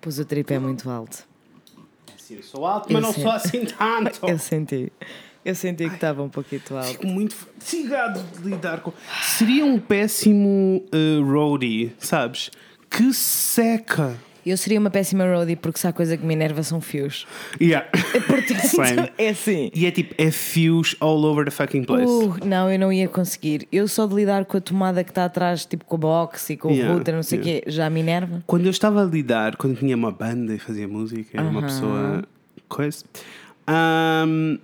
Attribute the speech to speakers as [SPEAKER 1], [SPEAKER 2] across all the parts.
[SPEAKER 1] Pus o tripé muito alto.
[SPEAKER 2] Sim, eu sou alto, mas
[SPEAKER 1] Eu
[SPEAKER 2] não
[SPEAKER 1] sei.
[SPEAKER 2] sou assim tanto.
[SPEAKER 1] Eu senti. Eu senti que estava um pouquinho alto.
[SPEAKER 2] Fico muito fatigado de lidar com. Seria um péssimo eh, roadie, sabes? Que seca!
[SPEAKER 1] Eu seria uma péssima roadie porque se há coisa que me enerva são fios.
[SPEAKER 2] Yeah. Same.
[SPEAKER 1] Portanto, é assim.
[SPEAKER 2] E é tipo, é fios all over the fucking place.
[SPEAKER 1] Uh, não, eu não ia conseguir. Eu só de lidar com a tomada que está atrás, tipo com a box e com o
[SPEAKER 2] Yeah,
[SPEAKER 1] router, não sei o quê, já me enerva.
[SPEAKER 2] Quando eu estava a lidar, quando tinha uma banda e fazia música, era uma pessoa. coisa. ahm,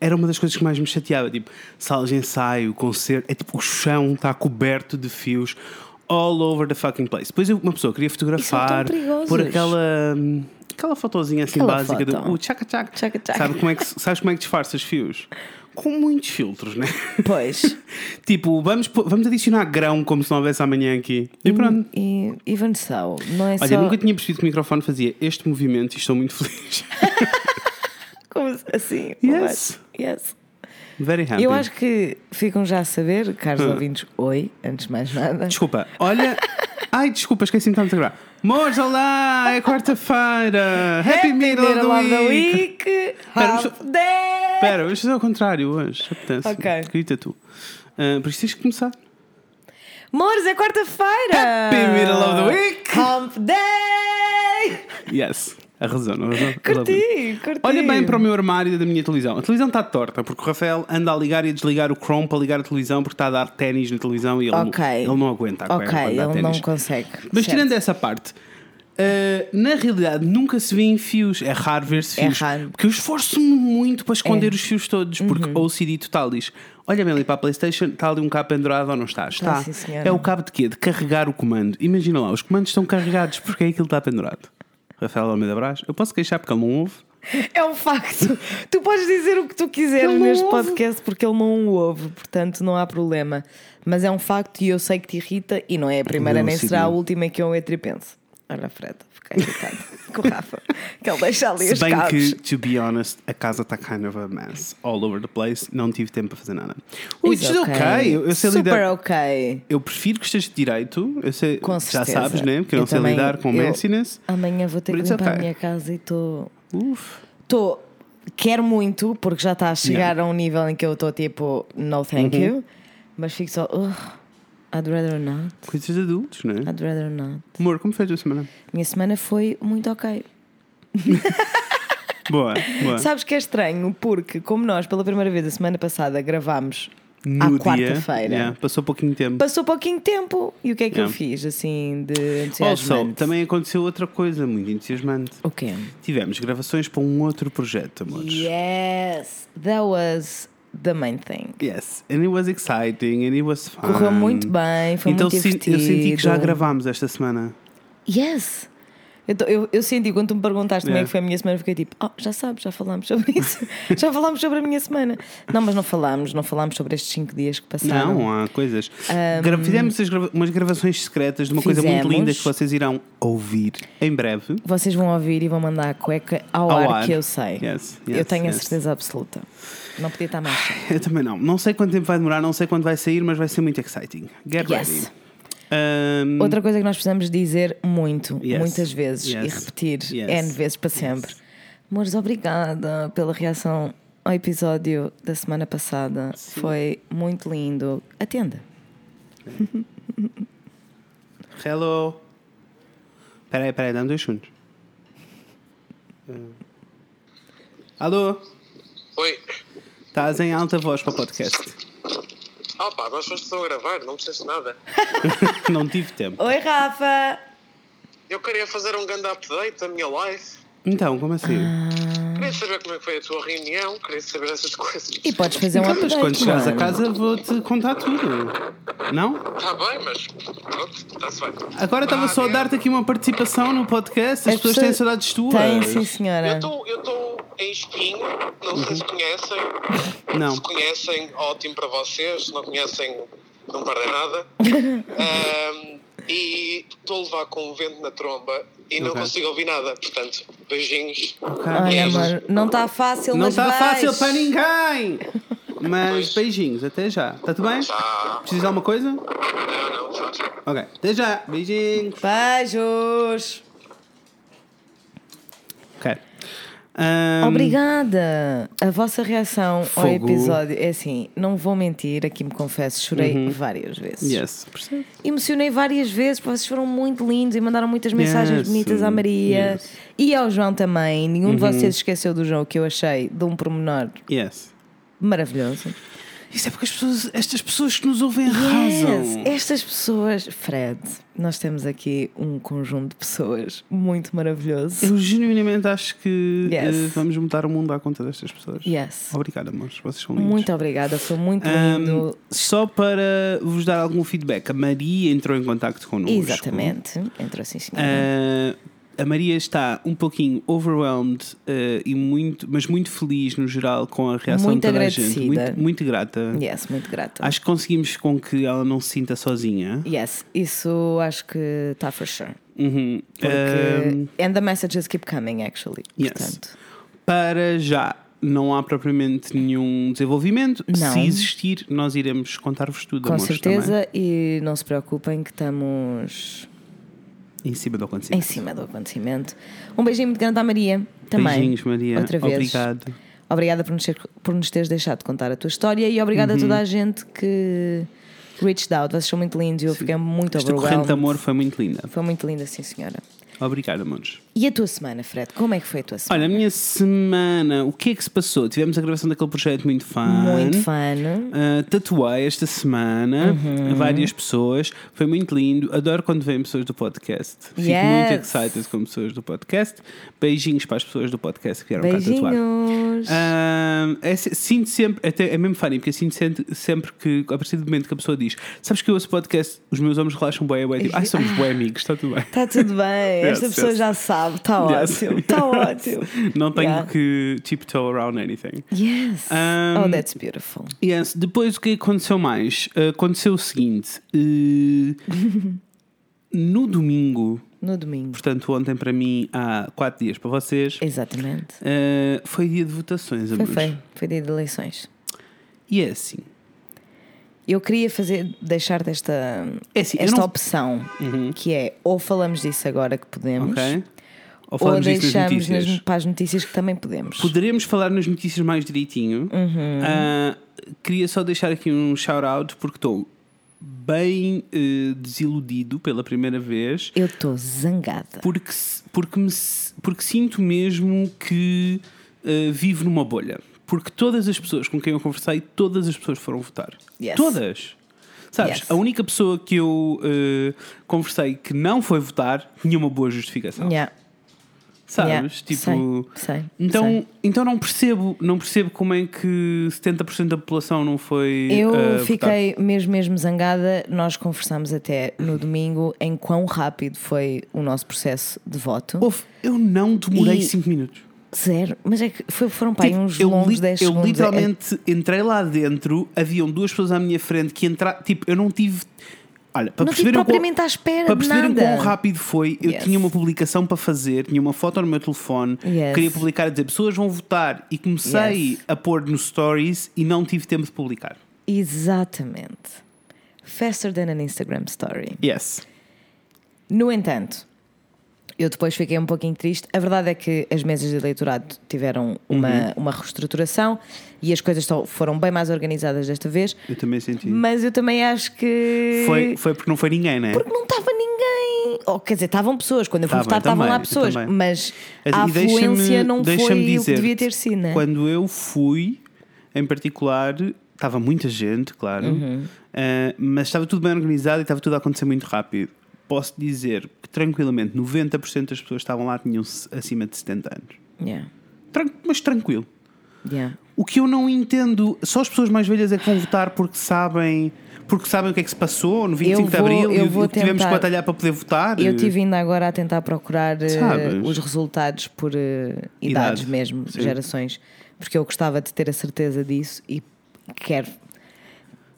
[SPEAKER 2] era uma das coisas que mais me chateava. Tipo, salas de ensaio, concerto. É tipo, o chão está coberto de fios all over the fucking place. Depois eu- uma pessoa queria fotografar,
[SPEAKER 1] perigosos.
[SPEAKER 2] por aquela. hum, aquela fotozinha assim
[SPEAKER 1] Aquela
[SPEAKER 2] básica
[SPEAKER 1] foto.
[SPEAKER 2] do. Uh, tchaca tchaca.
[SPEAKER 1] Tchaca, tchaca.
[SPEAKER 2] Sabe como é que, se- sabes como é que disfarças fios? Com muitos filtros, né?
[SPEAKER 1] Pois.
[SPEAKER 2] tipo, vamos, pô- vamos adicionar grão como se não houvesse amanhã aqui. E
[SPEAKER 1] Hum.
[SPEAKER 2] pronto.
[SPEAKER 1] e even so, não é
[SPEAKER 2] Um, Olha,
[SPEAKER 1] só.
[SPEAKER 2] eu nunca tinha percebido que o microfone fazia este movimento e estou muito feliz.
[SPEAKER 1] Como assim?
[SPEAKER 2] Yes.
[SPEAKER 1] yes.
[SPEAKER 2] Very happy.
[SPEAKER 1] Eu acho que ficam já a saber, caros ouvintes, oi, antes de mais nada.
[SPEAKER 2] Desculpa, olha. Ai, desculpa, esqueci-me tanto de gravar. Mores, olá, é quarta-feira. Happy, middle,
[SPEAKER 1] Middle of the
[SPEAKER 2] week.
[SPEAKER 1] week! half
[SPEAKER 2] deixa-
[SPEAKER 1] day.
[SPEAKER 2] Espera, hoje é ao contrário, hoje. Apetece.
[SPEAKER 1] Ok.
[SPEAKER 2] Grita tu. Ah, por isso tens que começar.
[SPEAKER 1] Mores, é quarta-feira!
[SPEAKER 2] Happy middle of the week.
[SPEAKER 1] Hump Day!
[SPEAKER 2] Yes. Arrasou, não arrasou? I love it.
[SPEAKER 1] Curti, curti.
[SPEAKER 2] Olha bem para o meu armário da minha televisão. A televisão está torta, porque o Rafael anda a ligar e a desligar o Chrome para ligar a televisão, porque está a dar ténis na televisão e ele,
[SPEAKER 1] Ok.
[SPEAKER 2] ele não aguenta. a
[SPEAKER 1] Ok,
[SPEAKER 2] cueca é, quando dá
[SPEAKER 1] ele não
[SPEAKER 2] ténis.
[SPEAKER 1] consegue.
[SPEAKER 2] Mas
[SPEAKER 1] Certo.
[SPEAKER 2] tirando essa parte, uh, na realidade nunca se vê em fios. É raro ver-se
[SPEAKER 1] É
[SPEAKER 2] fios.
[SPEAKER 1] raro.
[SPEAKER 2] Porque eu esforço-me muito para esconder
[SPEAKER 1] É.
[SPEAKER 2] os fios todos, porque OCD totalis. Olha bem ali para a Playstation, está ali um cabo pendurado ou não está? Está.
[SPEAKER 1] Ah, sim, senhora.
[SPEAKER 2] é o cabo de quê? De carregar o comando. Imagina lá, os comandos estão carregados, porque é aquilo que está pendurado. Rafael Almeida Brás, eu posso queixar porque ele não ouve.
[SPEAKER 1] É um facto. Tu podes dizer o que tu quiseres
[SPEAKER 2] Ele não
[SPEAKER 1] neste
[SPEAKER 2] ouve.
[SPEAKER 1] podcast porque ele não o ouve, portanto não há problema. Mas é um facto e eu sei que te irrita e não é a primeira
[SPEAKER 2] Não,
[SPEAKER 1] nem
[SPEAKER 2] sim,
[SPEAKER 1] será a
[SPEAKER 2] não.
[SPEAKER 1] última que eu entre e penso. Olha, Fred, fiquei irritado com o Rafa, que ele deixa ali os
[SPEAKER 2] Se bem
[SPEAKER 1] cabos.
[SPEAKER 2] que, to be honest, a casa está kind of a mess, all over the place, não tive tempo para fazer nada. Which
[SPEAKER 1] It's
[SPEAKER 2] is ok, eu, eu sei
[SPEAKER 1] Super
[SPEAKER 2] lidar.
[SPEAKER 1] ok.
[SPEAKER 2] Eu prefiro que esteja direito. Eu sei,
[SPEAKER 1] Com
[SPEAKER 2] já
[SPEAKER 1] certeza.
[SPEAKER 2] sabes, né? Porque eu
[SPEAKER 1] Eu
[SPEAKER 2] não sei
[SPEAKER 1] também-
[SPEAKER 2] lidar com
[SPEAKER 1] eu-
[SPEAKER 2] messiness.
[SPEAKER 1] Amanhã vou ter que
[SPEAKER 2] But it's
[SPEAKER 1] limpar a
[SPEAKER 2] okay.
[SPEAKER 1] minha casa e estou.
[SPEAKER 2] Uf.
[SPEAKER 1] Estou. Quero muito, porque já está a chegar a um nível em que eu estou tipo, no
[SPEAKER 2] Uhum.
[SPEAKER 1] thank you, mas fico só, "Ugh, I'd rather not,
[SPEAKER 2] Coisas de adultos, não é?
[SPEAKER 1] I'd rather not.
[SPEAKER 2] Amor, como fez a semana?
[SPEAKER 1] Minha semana foi muito ok.
[SPEAKER 2] Boa, boa.
[SPEAKER 1] Sabes que é estranho, porque como nós pela primeira vez a semana passada gravámos
[SPEAKER 2] No
[SPEAKER 1] à
[SPEAKER 2] dia,
[SPEAKER 1] quarta-feira,
[SPEAKER 2] yeah, passou pouquinho tempo.
[SPEAKER 1] passou pouquinho tempo e o que é que eu
[SPEAKER 2] Yeah.
[SPEAKER 1] fiz assim de
[SPEAKER 2] Also,
[SPEAKER 1] entusiasmante?
[SPEAKER 2] também aconteceu outra coisa muito entusiasmante.
[SPEAKER 1] O quê?
[SPEAKER 2] Tivemos gravações para um outro projeto, amores.
[SPEAKER 1] Yes, that was the main thing.
[SPEAKER 2] Yes, and it was exciting, and it was fun.
[SPEAKER 1] Correu muito bem, foi
[SPEAKER 2] Ah, então
[SPEAKER 1] muito
[SPEAKER 2] sin-
[SPEAKER 1] divertido.
[SPEAKER 2] eu senti que já gravámos esta semana.
[SPEAKER 1] Yes! Eu, tô- Então, eu, eu senti, quando tu me perguntaste como é
[SPEAKER 2] Yeah.
[SPEAKER 1] que foi a minha semana, eu fiquei tipo, oh, já sabes, já falámos sobre isso, já falámos sobre a minha semana. Não, mas não falámos, não falámos sobre estes cinco dias que passaram.
[SPEAKER 2] Não, há coisas. Gra- fizemos as grava- umas gravações secretas de uma coisa muito
[SPEAKER 1] Fizemos.
[SPEAKER 2] linda que vocês irão ouvir em breve.
[SPEAKER 1] Vocês vão ouvir e vão mandar a cueca ao,
[SPEAKER 2] Ao
[SPEAKER 1] ar,
[SPEAKER 2] ar.
[SPEAKER 1] que eu sei.
[SPEAKER 2] Yes,
[SPEAKER 1] eu
[SPEAKER 2] yes,
[SPEAKER 1] tenho
[SPEAKER 2] yes.
[SPEAKER 1] a certeza absoluta. Não podia estar mais certo.
[SPEAKER 2] Eu também não. Não sei quanto tempo vai demorar, não sei quando vai sair, mas vai ser muito exciting. Get
[SPEAKER 1] Yes.
[SPEAKER 2] ready. Um,
[SPEAKER 1] Outra coisa que nós precisamos dizer muito,
[SPEAKER 2] Yes.
[SPEAKER 1] muitas vezes e
[SPEAKER 2] Yes.
[SPEAKER 1] repetir
[SPEAKER 2] Yes.
[SPEAKER 1] N vezes para sempre. Amores, obrigada pela reação ao episódio da semana passada. Foi muito lindo. Atenda.
[SPEAKER 2] Hello. Espera aí, espera aí, dá-me dois segundos. Uh, Alô?
[SPEAKER 3] Oi.
[SPEAKER 2] Estás em alta voz para o podcast.
[SPEAKER 3] Ah pá, nós só estamos a gravar, não precisas de nada.
[SPEAKER 2] não tive tempo.
[SPEAKER 1] Oi, Rafa!
[SPEAKER 3] Eu queria fazer um grande update da minha live.
[SPEAKER 2] Então, como assim?
[SPEAKER 1] Ah,
[SPEAKER 3] Queria saber como é que foi a tua reunião, queria saber essas coisas.
[SPEAKER 1] E podes fazer um
[SPEAKER 2] Então, mas quando
[SPEAKER 1] update,
[SPEAKER 2] chegares a
[SPEAKER 1] mano.
[SPEAKER 2] casa vou-te contar tudo. Não?
[SPEAKER 3] Está Tá bem, mas pronto, está-se bem.
[SPEAKER 2] Agora estava só a dar-te aqui uma participação no podcast.
[SPEAKER 1] As
[SPEAKER 2] As, pessoas
[SPEAKER 1] pessoas-
[SPEAKER 2] têm saudades tuas.
[SPEAKER 1] Tem, É sim,
[SPEAKER 3] Eu
[SPEAKER 2] né?
[SPEAKER 1] senhora.
[SPEAKER 3] estou eu tô em Esquinho, não sei se conhecem.
[SPEAKER 2] Uhum. Não.
[SPEAKER 3] Se conhecem, ótimo para vocês. Se não conhecem, não perdem nada. Ahm, e estou a levar com o vento na tromba e não
[SPEAKER 2] Ok.
[SPEAKER 3] consigo ouvir nada. Portanto, beijinhos.
[SPEAKER 1] Olha,
[SPEAKER 3] Yes.
[SPEAKER 1] amor, não está fácil,
[SPEAKER 2] Não
[SPEAKER 1] mas
[SPEAKER 2] está
[SPEAKER 1] vais.
[SPEAKER 2] fácil para ninguém! Mas beijinhos, até já. Está tudo bem?
[SPEAKER 3] Tá.
[SPEAKER 2] Precisa de alguma coisa?
[SPEAKER 3] Não, não, tchau, tchau.
[SPEAKER 2] Ok, até já. Beijinhos.
[SPEAKER 1] Beijos!
[SPEAKER 2] Ok. Um, Ahm,
[SPEAKER 1] Obrigada! A vossa reação ao
[SPEAKER 2] Hum. Fogo.
[SPEAKER 1] episódio é assim: não vou mentir, aqui me confesso, chorei várias vezes.
[SPEAKER 2] Uhum. Yes, percebo.
[SPEAKER 1] Emocionei várias vezes, porque vocês foram muito lindos e mandaram muitas mensagens
[SPEAKER 2] Yes,
[SPEAKER 1] bonitas à Maria
[SPEAKER 2] yes. Uhum.
[SPEAKER 1] e ao João também. Nenhum de vocês esqueceu do João, que eu achei de um pormenor
[SPEAKER 2] Yes.
[SPEAKER 1] maravilhoso.
[SPEAKER 2] Isso é porque as pessoas, estas pessoas que nos ouvem
[SPEAKER 1] Yes! é
[SPEAKER 2] arrasam.
[SPEAKER 1] Estas pessoas, Fred, nós temos aqui um conjunto de pessoas muito maravilhoso.
[SPEAKER 2] Eu genuinamente acho que
[SPEAKER 1] Yes.
[SPEAKER 2] eh, vamos mudar o mundo à conta destas pessoas.
[SPEAKER 1] Yes.
[SPEAKER 2] Obrigado, amores. Vocês são lindos.
[SPEAKER 1] Muito obrigada, foi muito
[SPEAKER 2] Ahm,
[SPEAKER 1] lindo.
[SPEAKER 2] só para vos dar algum feedback, a Maria entrou em contato connosco.
[SPEAKER 1] Exatamente, entrou assim, senhora.
[SPEAKER 2] Ah, a Maria está um pouquinho overwhelmed ah, e muito, mas muito feliz no geral com a reação
[SPEAKER 1] Muito
[SPEAKER 2] de toda a gente.
[SPEAKER 1] agradecida.
[SPEAKER 2] Muito, muito grata.
[SPEAKER 1] yes, muito grata.
[SPEAKER 2] Hum, Acho que conseguimos com que ela não se sinta sozinha.
[SPEAKER 1] Yes, isso acho que está for sure.
[SPEAKER 2] Uhum. Ah,
[SPEAKER 1] Porque, and the messages keep coming, actually.
[SPEAKER 2] Yes.
[SPEAKER 1] Portanto,
[SPEAKER 2] para já não há propriamente nenhum desenvolvimento.
[SPEAKER 1] Não.
[SPEAKER 2] Se existir, nós iremos contar-vos tudo.
[SPEAKER 1] com
[SPEAKER 2] amores,
[SPEAKER 1] certeza, e não se preocupem que estamos
[SPEAKER 2] também. Em cima do acontecimento.
[SPEAKER 1] em cima do acontecimento. Um beijinho muito grande à Maria também.
[SPEAKER 2] Beijinhos, Maria.
[SPEAKER 1] Outra vez.
[SPEAKER 2] Obrigado.
[SPEAKER 1] Obrigada por nos, ter- por nos teres deixado contar a tua história e obrigada a
[SPEAKER 2] Uhum.
[SPEAKER 1] toda a gente que reached out. Vocês são muito lindos e eu fiquei muito
[SPEAKER 2] Esta corrente de
[SPEAKER 1] overwhelmed.
[SPEAKER 2] amor foi muito linda.
[SPEAKER 1] Foi muito linda, sim, senhora.
[SPEAKER 2] Obrigado, amores.
[SPEAKER 1] E a tua semana, Fred? Como é que foi a tua semana?
[SPEAKER 2] Olha, a minha semana, o que é que se passou? Tivemos a gravação daquele projeto muito fã.
[SPEAKER 1] Muito fã.
[SPEAKER 2] tatuei esta semana
[SPEAKER 1] Uhum.
[SPEAKER 2] a várias pessoas, foi muito lindo. Adoro quando vêm pessoas do podcast. Fico
[SPEAKER 1] Yes.
[SPEAKER 2] muito excited com pessoas do podcast. Beijinhos para as pessoas do podcast que vieram cá tatuar.
[SPEAKER 1] Beijinhos.
[SPEAKER 2] Ah, é se- sinto sempre, até é mesmo funny, porque eu sinto sempre, sempre que, a partir do momento que a pessoa diz, sabes que eu ouço podcast, os meus ombros relaxam bem, é bué", tipo, ai, somos bem amigos, está tudo bem.
[SPEAKER 1] Está Tá tudo bem,
[SPEAKER 2] Yes,
[SPEAKER 1] esta pessoa
[SPEAKER 2] yes.
[SPEAKER 1] já sabe, está Tá
[SPEAKER 2] Yes.
[SPEAKER 1] ótimo, está ótimo.
[SPEAKER 2] Não tenho
[SPEAKER 1] Yeah.
[SPEAKER 2] que tiptoe around anything.
[SPEAKER 1] Yes.
[SPEAKER 2] Um,
[SPEAKER 1] oh, that's beautiful.
[SPEAKER 2] Yes, depois o que aconteceu mais? Eh, Aconteceu o seguinte: eh, no domingo,
[SPEAKER 1] No domingo.
[SPEAKER 2] portanto, ontem para mim, há quatro dias para vocês,
[SPEAKER 1] Exatamente.
[SPEAKER 2] eh, foi dia de votações,
[SPEAKER 1] É. Foi,
[SPEAKER 2] amores.
[SPEAKER 1] foi. Foi dia de eleições.
[SPEAKER 2] E é assim.
[SPEAKER 1] Eu queria fazer, deixar desta
[SPEAKER 2] É assim, eu
[SPEAKER 1] esta
[SPEAKER 2] não- Uhum.
[SPEAKER 1] opção, que é ou falamos disso agora que podemos,
[SPEAKER 2] Ok? Ou
[SPEAKER 1] ou
[SPEAKER 2] falamos disso nas
[SPEAKER 1] deixamos
[SPEAKER 2] notícias?
[SPEAKER 1] nas- para as notícias que também podemos.
[SPEAKER 2] Poderemos falar nas notícias mais direitinho.
[SPEAKER 1] Uhum.
[SPEAKER 2] Ah, queria só deixar aqui um shout-out, porque estou bem eh, desiludido pela primeira vez.
[SPEAKER 1] Eu estou zangada.
[SPEAKER 2] porque, se- porque, me, se- porque sinto mesmo que eh, vivo numa bolha. Porque todas as pessoas com quem eu conversei, todas as pessoas foram votar.
[SPEAKER 1] Yes.
[SPEAKER 2] Todas. Sabes,
[SPEAKER 1] Yes.
[SPEAKER 2] a única pessoa que eu eh, conversei que não foi votar tinha uma boa justificação.
[SPEAKER 1] Yeah,
[SPEAKER 2] Sabes?
[SPEAKER 1] yeah,
[SPEAKER 2] Tá, Tipo.
[SPEAKER 1] sei, sei,
[SPEAKER 2] Então,
[SPEAKER 1] sei.
[SPEAKER 2] então não percebo, não percebo como é que 70% da população não foi
[SPEAKER 1] Eu
[SPEAKER 2] eh, votar.
[SPEAKER 1] fiquei mesmo, mesmo zangada. Nós conversámos até no domingo em quão rápido foi o nosso processo de voto.
[SPEAKER 2] Ouve, eu não demorei
[SPEAKER 1] E-
[SPEAKER 2] 5 minutos.
[SPEAKER 1] Zero. Mas é que foi- foram para aí
[SPEAKER 2] Tipo,
[SPEAKER 1] uns
[SPEAKER 2] eu
[SPEAKER 1] longos
[SPEAKER 2] li-
[SPEAKER 1] 10
[SPEAKER 2] eu
[SPEAKER 1] segundos. é-
[SPEAKER 2] literalmente entrei lá dentro, haviam duas pessoas à minha frente que entraram. Tipo, eu não tive. Olha, para
[SPEAKER 1] não estive
[SPEAKER 2] perceberem, o quão,
[SPEAKER 1] propriamente à espera
[SPEAKER 2] para
[SPEAKER 1] de
[SPEAKER 2] perceberem o
[SPEAKER 1] nada.
[SPEAKER 2] quão rápido foi, eu
[SPEAKER 1] Yes.
[SPEAKER 2] tinha uma publicação para fazer, tinha uma foto no meu telefone,
[SPEAKER 1] Yes.
[SPEAKER 2] queria publicar a dizer pessoas vão votar e comecei
[SPEAKER 1] Yes.
[SPEAKER 2] a pôr no stories e não tive tempo de publicar.
[SPEAKER 1] Exatamente. Faster than an Instagram story.
[SPEAKER 2] Yes.
[SPEAKER 1] No entanto, eu depois fiquei um pouquinho triste. A verdade é que as mesas de eleitorado tiveram uma,
[SPEAKER 2] Uhum.
[SPEAKER 1] uma reestruturação e as coisas estão- foram bem mais organizadas desta vez.
[SPEAKER 2] Eu também senti.
[SPEAKER 1] Mas eu também acho que.
[SPEAKER 2] Foi, foi porque não foi ninguém, né?
[SPEAKER 1] Porque não estava ninguém. Ou, quer dizer, estavam pessoas. Quando eu fui
[SPEAKER 2] Estavam,
[SPEAKER 1] votar, estavam
[SPEAKER 2] também,
[SPEAKER 1] lá pessoas.
[SPEAKER 2] eu também.
[SPEAKER 1] Mas
[SPEAKER 2] Assim,
[SPEAKER 1] a
[SPEAKER 2] e deixa-me-
[SPEAKER 1] afluência não foi
[SPEAKER 2] deixa-me
[SPEAKER 1] o que
[SPEAKER 2] dizer-te,
[SPEAKER 1] devia ter sido, né?
[SPEAKER 2] Quando eu fui, em particular, estava muita gente, claro,
[SPEAKER 1] Uhum.
[SPEAKER 2] eh, mas estava tudo bem organizado e estava tudo a acontecer muito rápido. Posso dizer que tranquilamente 90% das pessoas que estavam lá tinham se- acima de 70 anos.
[SPEAKER 1] Yeah.
[SPEAKER 2] Tran- mas tranquilo.
[SPEAKER 1] Yeah.
[SPEAKER 2] O que eu não entendo, só as pessoas mais velhas é que vão votar porque sabem, porque sabem o que é que se passou no 25 de
[SPEAKER 1] vou-
[SPEAKER 2] Abril e
[SPEAKER 1] eu
[SPEAKER 2] o-
[SPEAKER 1] vou
[SPEAKER 2] o que tivemos que
[SPEAKER 1] tentar-
[SPEAKER 2] batalhar para poder votar.
[SPEAKER 1] Eu estive ainda agora a tentar procurar eh,
[SPEAKER 2] Sabes?
[SPEAKER 1] os resultados por eh, idades
[SPEAKER 2] Idade,
[SPEAKER 1] mesmo,
[SPEAKER 2] sim.
[SPEAKER 1] gerações, porque eu gostava de ter a certeza disso e quero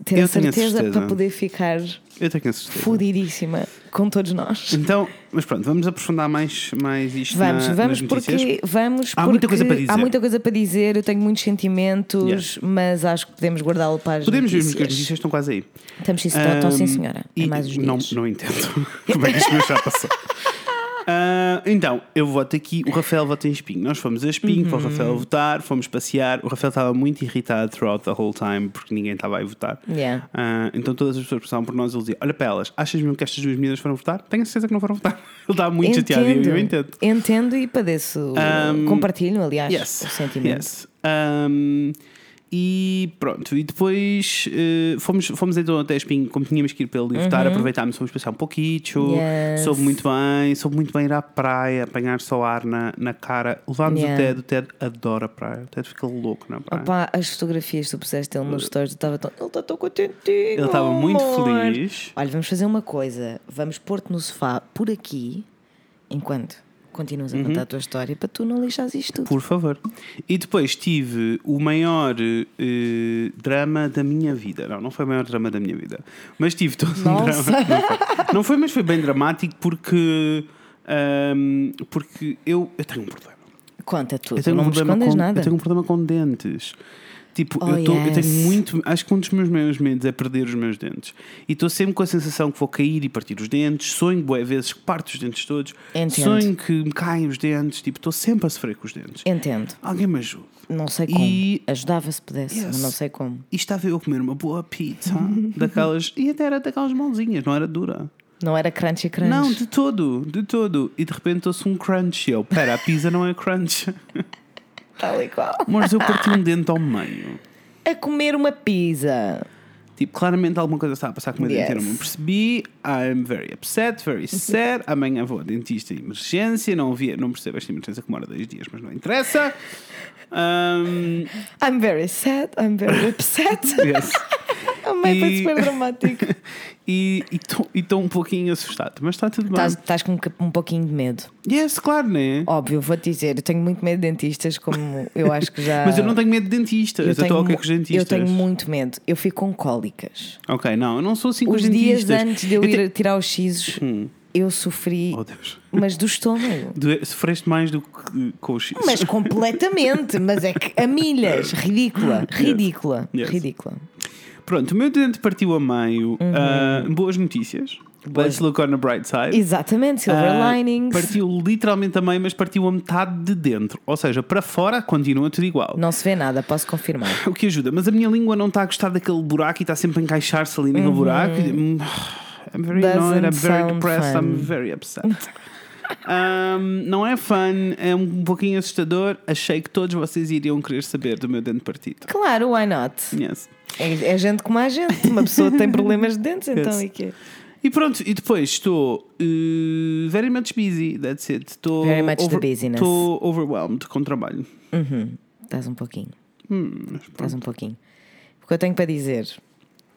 [SPEAKER 1] ter
[SPEAKER 2] Eu
[SPEAKER 1] a
[SPEAKER 2] tenho a
[SPEAKER 1] certeza,
[SPEAKER 2] certeza.
[SPEAKER 1] para poder ficar
[SPEAKER 2] Eu tenho que certeza.
[SPEAKER 1] fodidíssima com todos nós.
[SPEAKER 2] Então, mas pronto, vamos aprofundar mais, mais isto
[SPEAKER 1] Vamos,
[SPEAKER 2] na-
[SPEAKER 1] vamos
[SPEAKER 2] nas
[SPEAKER 1] porque
[SPEAKER 2] notícias.
[SPEAKER 1] vamos
[SPEAKER 2] Há muita coisa
[SPEAKER 1] porque
[SPEAKER 2] para dizer.
[SPEAKER 1] Há muita coisa para dizer, eu tenho muitos sentimentos,
[SPEAKER 2] Yes.
[SPEAKER 1] mas acho que podemos guardá-lo para as
[SPEAKER 2] Podemos ver que as
[SPEAKER 1] notícias.
[SPEAKER 2] notícias estão quase aí.
[SPEAKER 1] Estamos sim, senhora. Estão sim, senhora. É
[SPEAKER 2] E
[SPEAKER 1] mais uns
[SPEAKER 2] não,
[SPEAKER 1] dias.
[SPEAKER 2] não entendo como é que isto já passou. Ah, então, eu voto aqui, o Rafael vota em Espinho. Nós fomos a Espinho para o
[SPEAKER 1] Uhum.
[SPEAKER 2] Rafael votar, fomos passear. O Rafael estava muito irritado throughout the whole time porque ninguém estava aí a votar.
[SPEAKER 1] Yeah.
[SPEAKER 2] Ah, então todas as pessoas passavam por nós e ele dizia: Olha para elas, achas mesmo que estas duas meninas foram votar? Tenho a certeza que não foram votar. Ele estava muito chateado e eu entendo.
[SPEAKER 1] Entendo e padeço. compartilho, aliás, o sentimento.
[SPEAKER 2] Yes. Um, e pronto, e depois eh, fomos, fomos então até Espinho, como tínhamos que ir para ele votar, aproveitámos, fomos passar um pouquinho,
[SPEAKER 1] Uhum. Yes.
[SPEAKER 2] soube muito bem, soube muito bem ir à praia, apanhar só ar na, na cara. Levámos
[SPEAKER 1] Yeah.
[SPEAKER 2] o Ted, o Ted adora a praia, o Ted fica louco na praia.
[SPEAKER 1] Opa, as fotografias que tu puseste dele nos stories, eu estava tão. Ele está tão contentinho.
[SPEAKER 2] ele estava muito
[SPEAKER 1] amor.
[SPEAKER 2] feliz.
[SPEAKER 1] Olha, vamos fazer uma coisa. Vamos pôr-te no sofá por aqui, enquanto continuas a contar a tua história, para tu não lixares isto tudo.
[SPEAKER 2] Uhum. Por favor. E depois tive o maior eh, drama da minha vida. Não, não foi o maior drama da minha vida. Mas tive todo um drama. Não
[SPEAKER 1] Nossa.
[SPEAKER 2] foi. Não foi, mas foi bem dramático porque, ahm, porque eu, eu tenho um problema.
[SPEAKER 1] Conta tudo,
[SPEAKER 2] Eu
[SPEAKER 1] Então
[SPEAKER 2] tenho
[SPEAKER 1] não
[SPEAKER 2] um
[SPEAKER 1] me
[SPEAKER 2] problema
[SPEAKER 1] escondas
[SPEAKER 2] com,
[SPEAKER 1] nada.
[SPEAKER 2] Eu tenho um problema com dentes. Tipo,
[SPEAKER 1] Oh,
[SPEAKER 2] eu, tô- eu tenho
[SPEAKER 1] yes.
[SPEAKER 2] muito. Acho que um dos meus maiores medos é perder os meus dentes. E estou sempre com a sensação que vou cair e partir os dentes. Sonho, boé, vezes que parto os dentes todos.
[SPEAKER 1] Entendo.
[SPEAKER 2] Sonho que me caem os dentes. Tipo, estou sempre a sofrer com os dentes.
[SPEAKER 1] Entendo.
[SPEAKER 2] Alguém me ajude.
[SPEAKER 1] Não sei
[SPEAKER 2] um- E-
[SPEAKER 1] como. Ajudava se pudesse,
[SPEAKER 2] Yes.
[SPEAKER 1] mas não sei como.
[SPEAKER 2] E estava eu a comer uma boa pizza, daquelas. E até era daquelas mãozinhas, não era dura.
[SPEAKER 1] Não era crunchy crunch.
[SPEAKER 2] Não, de todo, de todo. E de repente ouço um crunch. E eu, pera, a pizza não é crunch.
[SPEAKER 1] tal e qual.
[SPEAKER 2] Mas eu parti um dente ao meio.
[SPEAKER 1] A comer uma pizza.
[SPEAKER 2] Tipo, claramente alguma coisa estava a passar com o meu dente, eu não me
[SPEAKER 1] Yes.
[SPEAKER 2] percebi. I'm very upset, very sad. Amanhã vou ao dentista em emergência. Não, vi, não percebo esta emergência que demora dois dias, mas não interessa. Ahm,
[SPEAKER 1] I'm very sad, I'm very upset.
[SPEAKER 2] yes.
[SPEAKER 1] Amei, foi
[SPEAKER 2] E-
[SPEAKER 1] super dramático.
[SPEAKER 2] E estou um pouquinho assustado, mas está tudo bem.
[SPEAKER 1] Estás- Estás com um ca- um pouquinho de medo.
[SPEAKER 2] Yes, claro, né?
[SPEAKER 1] Óbvio, vou-te dizer, eu tenho muito medo de dentistas, como eu acho que já.
[SPEAKER 2] Mas eu não tenho medo de dentistas. Eu, estou ok
[SPEAKER 1] mu-
[SPEAKER 2] com os dentistas.
[SPEAKER 1] Eu tenho muito medo. Eu fico com cólicas.
[SPEAKER 2] Ok, não, eu não sou assim com
[SPEAKER 1] Os
[SPEAKER 2] os,
[SPEAKER 1] dias
[SPEAKER 2] dentistas.
[SPEAKER 1] antes de eu,
[SPEAKER 2] te-
[SPEAKER 1] ir tirar os sisos, eu sofri,
[SPEAKER 2] Oh, Deus.
[SPEAKER 1] mas do estômago.
[SPEAKER 2] Doe- Sofreste mais do que com os X.
[SPEAKER 1] Mas completamente, mas é que a milhas, ridícula, ridícula,
[SPEAKER 2] Yes.
[SPEAKER 1] ridícula.
[SPEAKER 2] Pronto, o meu dente partiu a meio.
[SPEAKER 1] Uhum.
[SPEAKER 2] Ah, boas notícias. Let's look on the bright side.
[SPEAKER 1] Exatamente, silver
[SPEAKER 2] Ah,
[SPEAKER 1] linings.
[SPEAKER 2] Partiu literalmente a meio, mas partiu a metade de dentro. Ou seja, para fora continua tudo igual.
[SPEAKER 1] Não se vê nada, posso confirmar.
[SPEAKER 2] É O que ajuda, mas a minha língua não está a gostar daquele buraco e está sempre a encaixar-se ali naquele buraco. Hum, I'm very annoyed, I'm
[SPEAKER 1] Uhum. Doesn't
[SPEAKER 2] very
[SPEAKER 1] sound
[SPEAKER 2] depressed,
[SPEAKER 1] fun.
[SPEAKER 2] I'm very upset. Hum, não é fun, é um pouquinho assustador. Achei que todos vocês iriam querer saber do meu dente partido.
[SPEAKER 1] Claro, why not?
[SPEAKER 2] Yes.
[SPEAKER 1] É, é gente como a gente, uma pessoa tem problemas de dentes, então
[SPEAKER 2] Yes.
[SPEAKER 1] e quê?
[SPEAKER 2] E pronto, e depois estou uh, very much busy, that's it. Estou
[SPEAKER 1] Very much the busyness.
[SPEAKER 2] Estou overwhelmed com trabalho.
[SPEAKER 1] Estás um pouquinho.
[SPEAKER 2] Hum, mas pronto. Hum.
[SPEAKER 1] Estás um pouquinho. O que eu tenho para dizer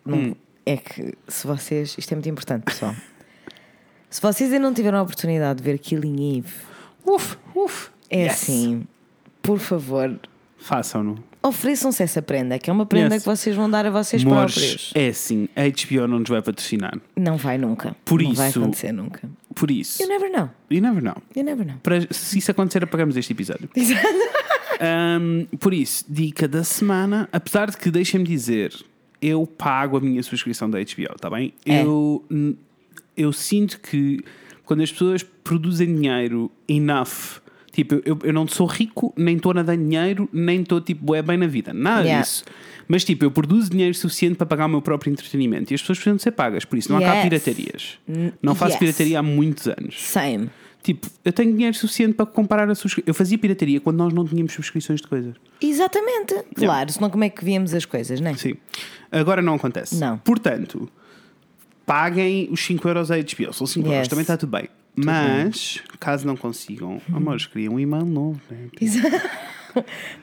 [SPEAKER 1] não- é que se vocês. Isto é muito importante, pessoal. se vocês ainda não tiveram a oportunidade de ver Killing Eve,
[SPEAKER 2] Uf, uf.
[SPEAKER 1] é
[SPEAKER 2] Yes.
[SPEAKER 1] assim, por favor,
[SPEAKER 2] Façam-no.
[SPEAKER 1] ofereçam-se essa prenda, que é uma prenda
[SPEAKER 2] Yes.
[SPEAKER 1] que vocês vão dar a vocês
[SPEAKER 2] Mores,
[SPEAKER 1] próprios.
[SPEAKER 2] é assim, a HBO não nos vai patrocinar.
[SPEAKER 1] Não vai nunca.
[SPEAKER 2] Por
[SPEAKER 1] Não vai
[SPEAKER 2] isso-
[SPEAKER 1] acontecer nunca.
[SPEAKER 2] Por isso.
[SPEAKER 1] You never know.
[SPEAKER 2] You never know.
[SPEAKER 1] You never know.
[SPEAKER 2] Para- se isso acontecer, apagamos este episódio. Ahm, por isso, dica da semana. Apesar de que, deixem-me dizer, eu pago a minha subscrição da HBO, está tá bem?
[SPEAKER 1] É.
[SPEAKER 2] Eu, eu sinto que quando as pessoas produzem dinheiro enough. Tipo, eu- eu, eu não sou rico, nem estou a dar dinheiro, nem estou, tipo, é bem na vida. Nada
[SPEAKER 1] Yeah.
[SPEAKER 2] disso. Mas, tipo, eu produzo dinheiro suficiente para pagar o meu próprio entretenimento. E as pessoas precisam de ser pagas. Por isso, não há cá
[SPEAKER 1] Yes.
[SPEAKER 2] piratarias. Não faço
[SPEAKER 1] yes.
[SPEAKER 2] pirataria há muitos anos.
[SPEAKER 1] Same.
[SPEAKER 2] Tipo, eu tenho dinheiro suficiente para comparar a subscrição. Eu fazia pirataria quando nós não tínhamos subscrições de coisas.
[SPEAKER 1] Exatamente. Claro, senão como é que víamos as coisas, não é?
[SPEAKER 2] Sim. Agora não acontece.
[SPEAKER 1] Não.
[SPEAKER 2] Portanto, paguem os 5 euros a HBO. São 5 euros,
[SPEAKER 1] Yes.
[SPEAKER 2] também está tudo bem. Mas, caso não consigam,
[SPEAKER 1] Uhum.
[SPEAKER 2] amores, criam um e-mail novo. Né?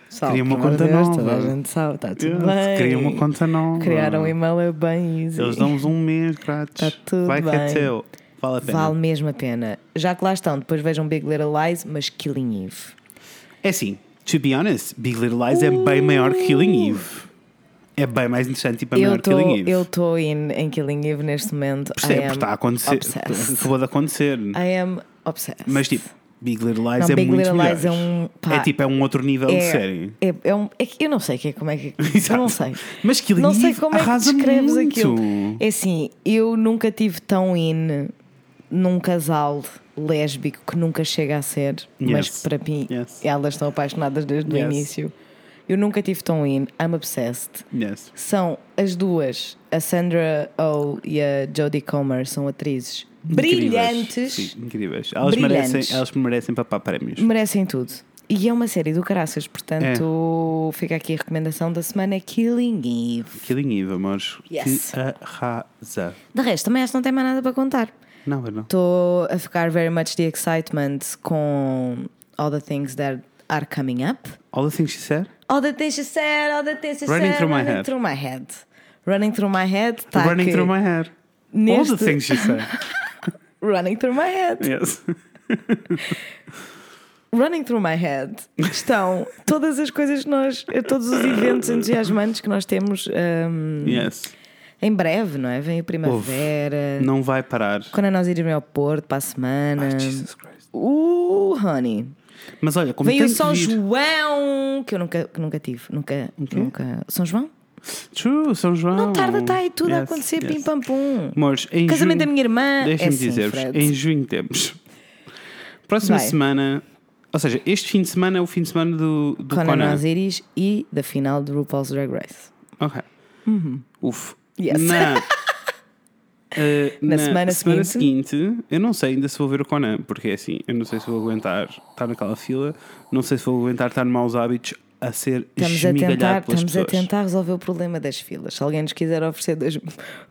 [SPEAKER 1] Pessoal,
[SPEAKER 2] Cria uma
[SPEAKER 1] por amor de
[SPEAKER 2] conta
[SPEAKER 1] Deus,
[SPEAKER 2] nova.
[SPEAKER 1] Toda a gente sabe, está tudo bem.
[SPEAKER 2] Yes, Criam uma conta nova.
[SPEAKER 1] Criar um e-mail é bem easy.
[SPEAKER 2] Eles dão-vos um mês grátis.
[SPEAKER 1] Tá tudo
[SPEAKER 2] Vai que é
[SPEAKER 1] bem.
[SPEAKER 2] teu. Vale a pena.
[SPEAKER 1] Vale mesmo a pena. Já que lá estão, depois vejam Big Little Lies, mas Killing Eve.
[SPEAKER 2] É assim, to be honest, Big Little Lies é bem maior que Killing Eve. É bem mais interessante e bem maior que Killing Eve.
[SPEAKER 1] Uh! Eu estou em Killing Eve neste momento. I
[SPEAKER 2] Percebe,
[SPEAKER 1] am
[SPEAKER 2] está a acontecer.
[SPEAKER 1] Obsessed.
[SPEAKER 2] Acabou de acontecer.
[SPEAKER 1] I am obsessed.
[SPEAKER 2] Mas tipo, Big Little Lies
[SPEAKER 1] Não,
[SPEAKER 2] é
[SPEAKER 1] Big
[SPEAKER 2] muito
[SPEAKER 1] Little
[SPEAKER 2] melhor.
[SPEAKER 1] Lies é um- pá,
[SPEAKER 2] É tipo, é um outro nível de
[SPEAKER 1] é,
[SPEAKER 2] série.
[SPEAKER 1] É, é um, é que eu não sei que é- como é que. Eu
[SPEAKER 2] Exato.
[SPEAKER 1] não sei.
[SPEAKER 2] Mas Killing
[SPEAKER 1] não sei
[SPEAKER 2] Eve
[SPEAKER 1] como é que
[SPEAKER 2] arrasa
[SPEAKER 1] descreves
[SPEAKER 2] muito.
[SPEAKER 1] aquilo. É assim, eu nunca tive tão in num casal lésbico que nunca chega a ser, mas
[SPEAKER 2] Yes.
[SPEAKER 1] que para mim
[SPEAKER 2] Yes.
[SPEAKER 1] elas estão apaixonadas desde o
[SPEAKER 2] Yes.
[SPEAKER 1] início. Eu nunca tive tão in, I'm obsessed.
[SPEAKER 2] Yes.
[SPEAKER 1] São as duas, a Sandra Oh e a Jodie Comer, são atrizes
[SPEAKER 2] Incríveis.
[SPEAKER 1] brilhantes,
[SPEAKER 2] Sim, incríveis. Elas,
[SPEAKER 1] Brilhantes.
[SPEAKER 2] Merecem, elas merecem papar prémios.
[SPEAKER 1] merecem tudo. E é uma série do caraças,
[SPEAKER 2] É.
[SPEAKER 1] portanto, fica aqui a recomendação da semana: é Killing Eve.
[SPEAKER 2] Killing Eve, amores.
[SPEAKER 1] Yes.
[SPEAKER 2] Que arrasa.
[SPEAKER 1] De resto, também esta não tem mais nada para contar.
[SPEAKER 2] Não, eu não.
[SPEAKER 1] Estou a ficar very much the excitement com all the things that are coming up.
[SPEAKER 2] All the things she said?
[SPEAKER 1] All the things she said, all the things she
[SPEAKER 2] Running
[SPEAKER 1] said,
[SPEAKER 2] through my
[SPEAKER 1] running
[SPEAKER 2] head.
[SPEAKER 1] through my head. Running through my head, tá
[SPEAKER 2] Running
[SPEAKER 1] aqui.
[SPEAKER 2] through my hair. All the
[SPEAKER 1] Neste-
[SPEAKER 2] things she said.
[SPEAKER 1] Running through my head.
[SPEAKER 2] yes.
[SPEAKER 1] Running through my head estão todas as coisas que nós, todos os eventos entusiasmantes que nós temos hum,
[SPEAKER 2] Yes.
[SPEAKER 1] em breve, não é? Vem a primavera,
[SPEAKER 2] Não vai parar.
[SPEAKER 1] quando é nós iremos ao Porto para a semana.
[SPEAKER 2] Ai, Jesus Christ.
[SPEAKER 1] Uh, honey.
[SPEAKER 2] Mas olha, como
[SPEAKER 1] Vem
[SPEAKER 2] tem
[SPEAKER 1] o
[SPEAKER 2] que
[SPEAKER 1] São
[SPEAKER 2] vir...
[SPEAKER 1] João, que eu nunca, que nunca tive. Nunca, nunca. São João?
[SPEAKER 2] True, São João.
[SPEAKER 1] Não tarda, está aí tudo a
[SPEAKER 2] Yes,
[SPEAKER 1] acontecer,
[SPEAKER 2] yes.
[SPEAKER 1] pim pam pum.
[SPEAKER 2] Amores, em
[SPEAKER 1] Casamento
[SPEAKER 2] junho-
[SPEAKER 1] da minha irmã.
[SPEAKER 2] Deixem-me
[SPEAKER 1] é assim,
[SPEAKER 2] dizer-vos,
[SPEAKER 1] Fred.
[SPEAKER 2] em junho temos. Próxima
[SPEAKER 1] Vai.
[SPEAKER 2] semana. Ou seja, este fim de semana é o fim de semana do, do
[SPEAKER 1] Conan,
[SPEAKER 2] Conan.
[SPEAKER 1] Osiris é e da final do RuPaul's Drag Race.
[SPEAKER 2] Ok. Uf.
[SPEAKER 1] Uhum. Yes.
[SPEAKER 2] Na, eh,
[SPEAKER 1] Na semana seguinte.
[SPEAKER 2] seguinte, eu não sei ainda se vou ver o Conan, porque é assim, eu não sei se vou aguentar estar naquela fila, não sei se vou aguentar estar de maus hábitos a ser
[SPEAKER 1] Estamos a
[SPEAKER 2] esmigalhado
[SPEAKER 1] tentar,
[SPEAKER 2] pelas
[SPEAKER 1] estamos a
[SPEAKER 2] pessoas.
[SPEAKER 1] tentar resolver o problema das filas. Se alguém nos quiser oferecer dois,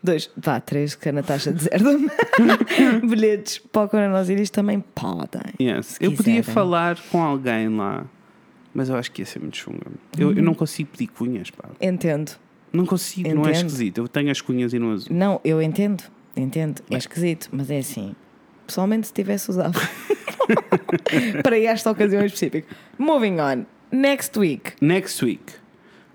[SPEAKER 1] dois vá, três, que a Natasha deserda-me, bilhetes para o Conan Osiris também podem.
[SPEAKER 2] Yes.
[SPEAKER 1] se
[SPEAKER 2] Eu podia
[SPEAKER 1] quiserem.
[SPEAKER 2] falar com alguém lá, mas eu acho que ia ser muito chunga. Eu, eu não consigo pedir cunhas, pá.
[SPEAKER 1] Entendo.
[SPEAKER 2] Não consigo, não é
[SPEAKER 1] Entendo.
[SPEAKER 2] esquisito. Eu tenho as cunhas e não as uso.
[SPEAKER 1] Não, eu entendo, entendo. É esquisito, mas é assim. Pessoalmente, se tivesse usado para esta ocasião em específico. Moving on. Next week.
[SPEAKER 2] Next week.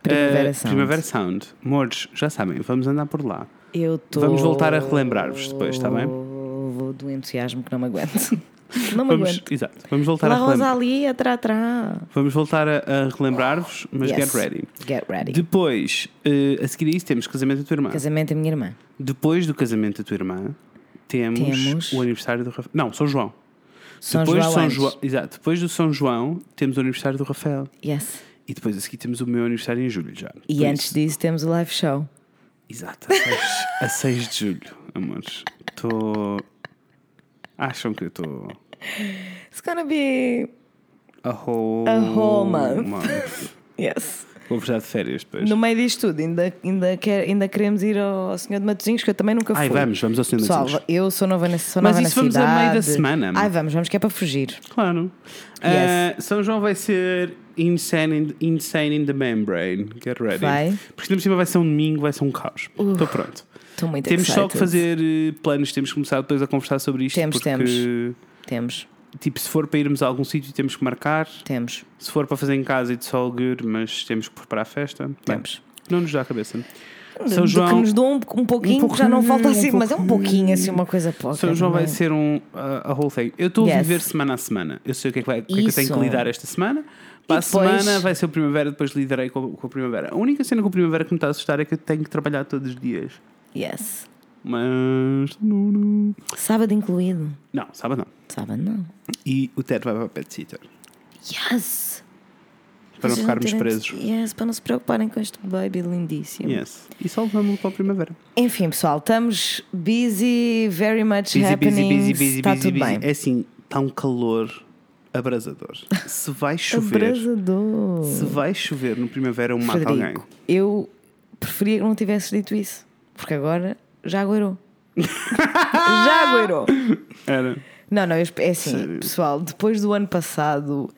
[SPEAKER 1] Primavera
[SPEAKER 2] eh,
[SPEAKER 1] Sound.
[SPEAKER 2] Primavera Sound. Mores, já sabem, vamos andar por lá.
[SPEAKER 1] Eu tô...
[SPEAKER 2] Vamos voltar a relembrar-vos depois, tá bem?
[SPEAKER 1] Vou do entusiasmo que não me aguento. Não me
[SPEAKER 2] Vamos,
[SPEAKER 1] aguento.
[SPEAKER 2] exato, vamos voltar
[SPEAKER 1] La
[SPEAKER 2] a relembrar.
[SPEAKER 1] Rosalia, trá, trá.
[SPEAKER 2] Vamos voltar a, a relembrar-vos, mas
[SPEAKER 1] Yes.
[SPEAKER 2] get ready.
[SPEAKER 1] Get ready.
[SPEAKER 2] Depois, eh, a seguir a isso, temos casamento da tua irmã.
[SPEAKER 1] Casamento da minha irmã.
[SPEAKER 2] Depois do casamento da tua irmã, temos,
[SPEAKER 1] Temos-
[SPEAKER 2] o aniversário do Rafael. Não, São João.
[SPEAKER 1] São
[SPEAKER 2] depois
[SPEAKER 1] João
[SPEAKER 2] do São
[SPEAKER 1] antes.
[SPEAKER 2] João, exato, depois do São João, temos o aniversário do Rafael.
[SPEAKER 1] Yes.
[SPEAKER 2] E depois a seguir temos o meu aniversário em julho já.
[SPEAKER 1] E
[SPEAKER 2] Por
[SPEAKER 1] antes
[SPEAKER 2] isso-
[SPEAKER 1] disso temos o live show.
[SPEAKER 2] Exato, a 6, a 6 de julho, amores. Estou. Acham que eu estou.
[SPEAKER 1] It's gonna be.
[SPEAKER 2] A whole.
[SPEAKER 1] A whole month.
[SPEAKER 2] month.
[SPEAKER 1] Yes.
[SPEAKER 2] Vou precisar de férias depois.
[SPEAKER 1] No meio disto tudo, ainda, ainda, quer, ainda queremos ir ao, ao Senhor de Matosinhos, que eu também nunca fui.
[SPEAKER 2] Ai, vamos, vamos ao Senhor de
[SPEAKER 1] Pessoal,
[SPEAKER 2] Matosinhos.
[SPEAKER 1] eu sou nova na, sou
[SPEAKER 2] Mas
[SPEAKER 1] nova
[SPEAKER 2] isso
[SPEAKER 1] na
[SPEAKER 2] vamos a
[SPEAKER 1] cidade.
[SPEAKER 2] meio da semana.
[SPEAKER 1] Ai, vamos, vamos, que é para fugir.
[SPEAKER 2] Claro.
[SPEAKER 1] Yes.
[SPEAKER 2] Ah, São João vai ser insane in, insane in the membrane. Get ready.
[SPEAKER 1] Vai.
[SPEAKER 2] Porque de cima vai ser um domingo, vai ser um caos. Estou pronto.
[SPEAKER 1] Estou muito
[SPEAKER 2] Temos só
[SPEAKER 1] excited.
[SPEAKER 2] que fazer eh, planos, temos que começar depois a conversar sobre isto.
[SPEAKER 1] Temos,
[SPEAKER 2] porque,
[SPEAKER 1] temos. Temos,
[SPEAKER 2] tipo, se for para irmos a algum sítio, temos que marcar.
[SPEAKER 1] temos,
[SPEAKER 2] Se for para fazer em casa, it's all good, mas temos que preparar a festa. Bem,
[SPEAKER 1] Temos.
[SPEAKER 2] não nos dá a cabeça.
[SPEAKER 1] Do
[SPEAKER 2] São
[SPEAKER 1] que
[SPEAKER 2] João,
[SPEAKER 1] nos dão um, um pouquinho, que já não falta assim, mas é um pouquinho assim, uma coisa pouca.
[SPEAKER 2] São João vai
[SPEAKER 1] não é?
[SPEAKER 2] ser um, a a whole thing. Eu estou a
[SPEAKER 1] Yes.
[SPEAKER 2] viver semana a semana. Eu sei o que é que, vai, o que, é que eu tenho
[SPEAKER 1] Isso.
[SPEAKER 2] que lidar esta semana. Para a
[SPEAKER 1] depois-
[SPEAKER 2] semana vai ser o primavera, depois lidarei com, com a primavera. A única cena com a primavera que me está a assustar é que eu tenho que trabalhar todos os dias.
[SPEAKER 1] Yes.
[SPEAKER 2] Mas. Não,
[SPEAKER 1] Sábado incluído.
[SPEAKER 2] sábado não.
[SPEAKER 1] Sábado não.
[SPEAKER 2] E o Ted vai para a pet sitter.
[SPEAKER 1] Yes!
[SPEAKER 2] Para não
[SPEAKER 1] Vocês
[SPEAKER 2] ficarmos
[SPEAKER 1] terem-
[SPEAKER 2] presos.
[SPEAKER 1] Yes, para não se preocuparem com este baby lindíssimo.
[SPEAKER 2] Yes. E só vamos para a primavera.
[SPEAKER 1] Enfim, pessoal, estamos busy, very much
[SPEAKER 2] Busy, busy,
[SPEAKER 1] happening.
[SPEAKER 2] busy, busy,
[SPEAKER 1] Está
[SPEAKER 2] busy,
[SPEAKER 1] tá tudo
[SPEAKER 2] busy.
[SPEAKER 1] bem.
[SPEAKER 2] É assim, está um calor abrasador. Se vai chover,
[SPEAKER 1] Abrasador.
[SPEAKER 2] se vai chover no primavera, eu mato alguém.
[SPEAKER 1] Frederico, eu preferia que não tivesses dito isso, porque agora já aguerou. já aguerou.
[SPEAKER 2] Era.
[SPEAKER 1] Não, não, eu esp- é assim, pessoal, depois do ano passado,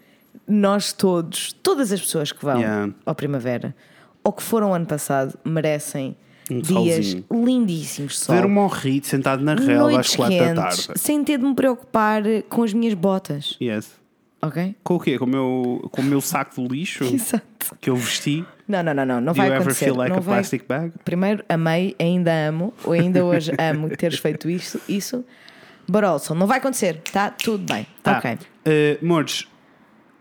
[SPEAKER 1] nós todos, todas as pessoas que vão
[SPEAKER 2] Yeah.
[SPEAKER 1] ao Primavera ou que foram ano passado, merecem
[SPEAKER 2] Um
[SPEAKER 1] dias
[SPEAKER 2] solzinho.
[SPEAKER 1] lindíssimo de sol.
[SPEAKER 2] Ver um morrito sentado na relva às
[SPEAKER 1] Noites
[SPEAKER 2] quatro da
[SPEAKER 1] quentes,
[SPEAKER 2] tarde.
[SPEAKER 1] sem ter de me preocupar com as minhas botas,
[SPEAKER 2] Yes.
[SPEAKER 1] ok?
[SPEAKER 2] Com o quê? Com o meu, com o meu saco de lixo
[SPEAKER 1] Exato.
[SPEAKER 2] que eu vesti?
[SPEAKER 1] Não, não, não, não, não
[SPEAKER 2] Do
[SPEAKER 1] vai
[SPEAKER 2] you ever
[SPEAKER 1] acontecer.
[SPEAKER 2] feel like
[SPEAKER 1] não
[SPEAKER 2] a
[SPEAKER 1] vai...
[SPEAKER 2] plastic bag?
[SPEAKER 1] Primeiro, amei, ainda amo, ou ainda hoje amo teres feito isso, isso. But also, não vai acontecer, tá? Tudo bem.
[SPEAKER 2] Tá.
[SPEAKER 1] Ok.
[SPEAKER 2] Uh, Mores,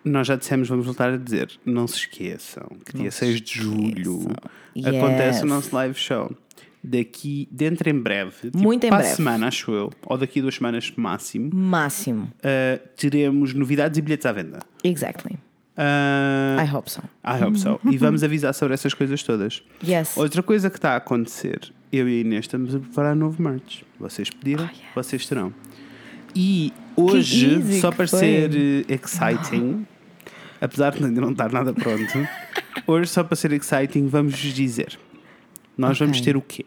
[SPEAKER 2] nós já dissemos, vamos voltar a dizer. Não se esqueçam que dia 6 de julho
[SPEAKER 1] esqueçam.
[SPEAKER 2] acontece
[SPEAKER 1] Yes.
[SPEAKER 2] o nosso live show. daqui dentro em breve, tipo,
[SPEAKER 1] Muito em
[SPEAKER 2] para
[SPEAKER 1] breve.
[SPEAKER 2] a semana, acho eu, ou daqui a duas semanas máximo,
[SPEAKER 1] Máximo.
[SPEAKER 2] ah, teremos novidades e bilhetes à venda.
[SPEAKER 1] Exactly.
[SPEAKER 2] Ah,
[SPEAKER 1] I hope so.
[SPEAKER 2] I hope so. E vamos avisar sobre essas coisas todas.
[SPEAKER 1] Yes.
[SPEAKER 2] Outra coisa que está a acontecer, eu e a Inês estamos a preparar novo merch. Vocês pediram,
[SPEAKER 1] Oh, yes.
[SPEAKER 2] vocês terão. E hoje,
[SPEAKER 1] easy
[SPEAKER 2] só
[SPEAKER 1] que
[SPEAKER 2] para
[SPEAKER 1] foi.
[SPEAKER 2] ser eh, exciting, apesar de ainda não estar nada pronto, hoje, só para ser exciting, vamos vos dizer: nós
[SPEAKER 1] Ok.
[SPEAKER 2] vamos ter o quê?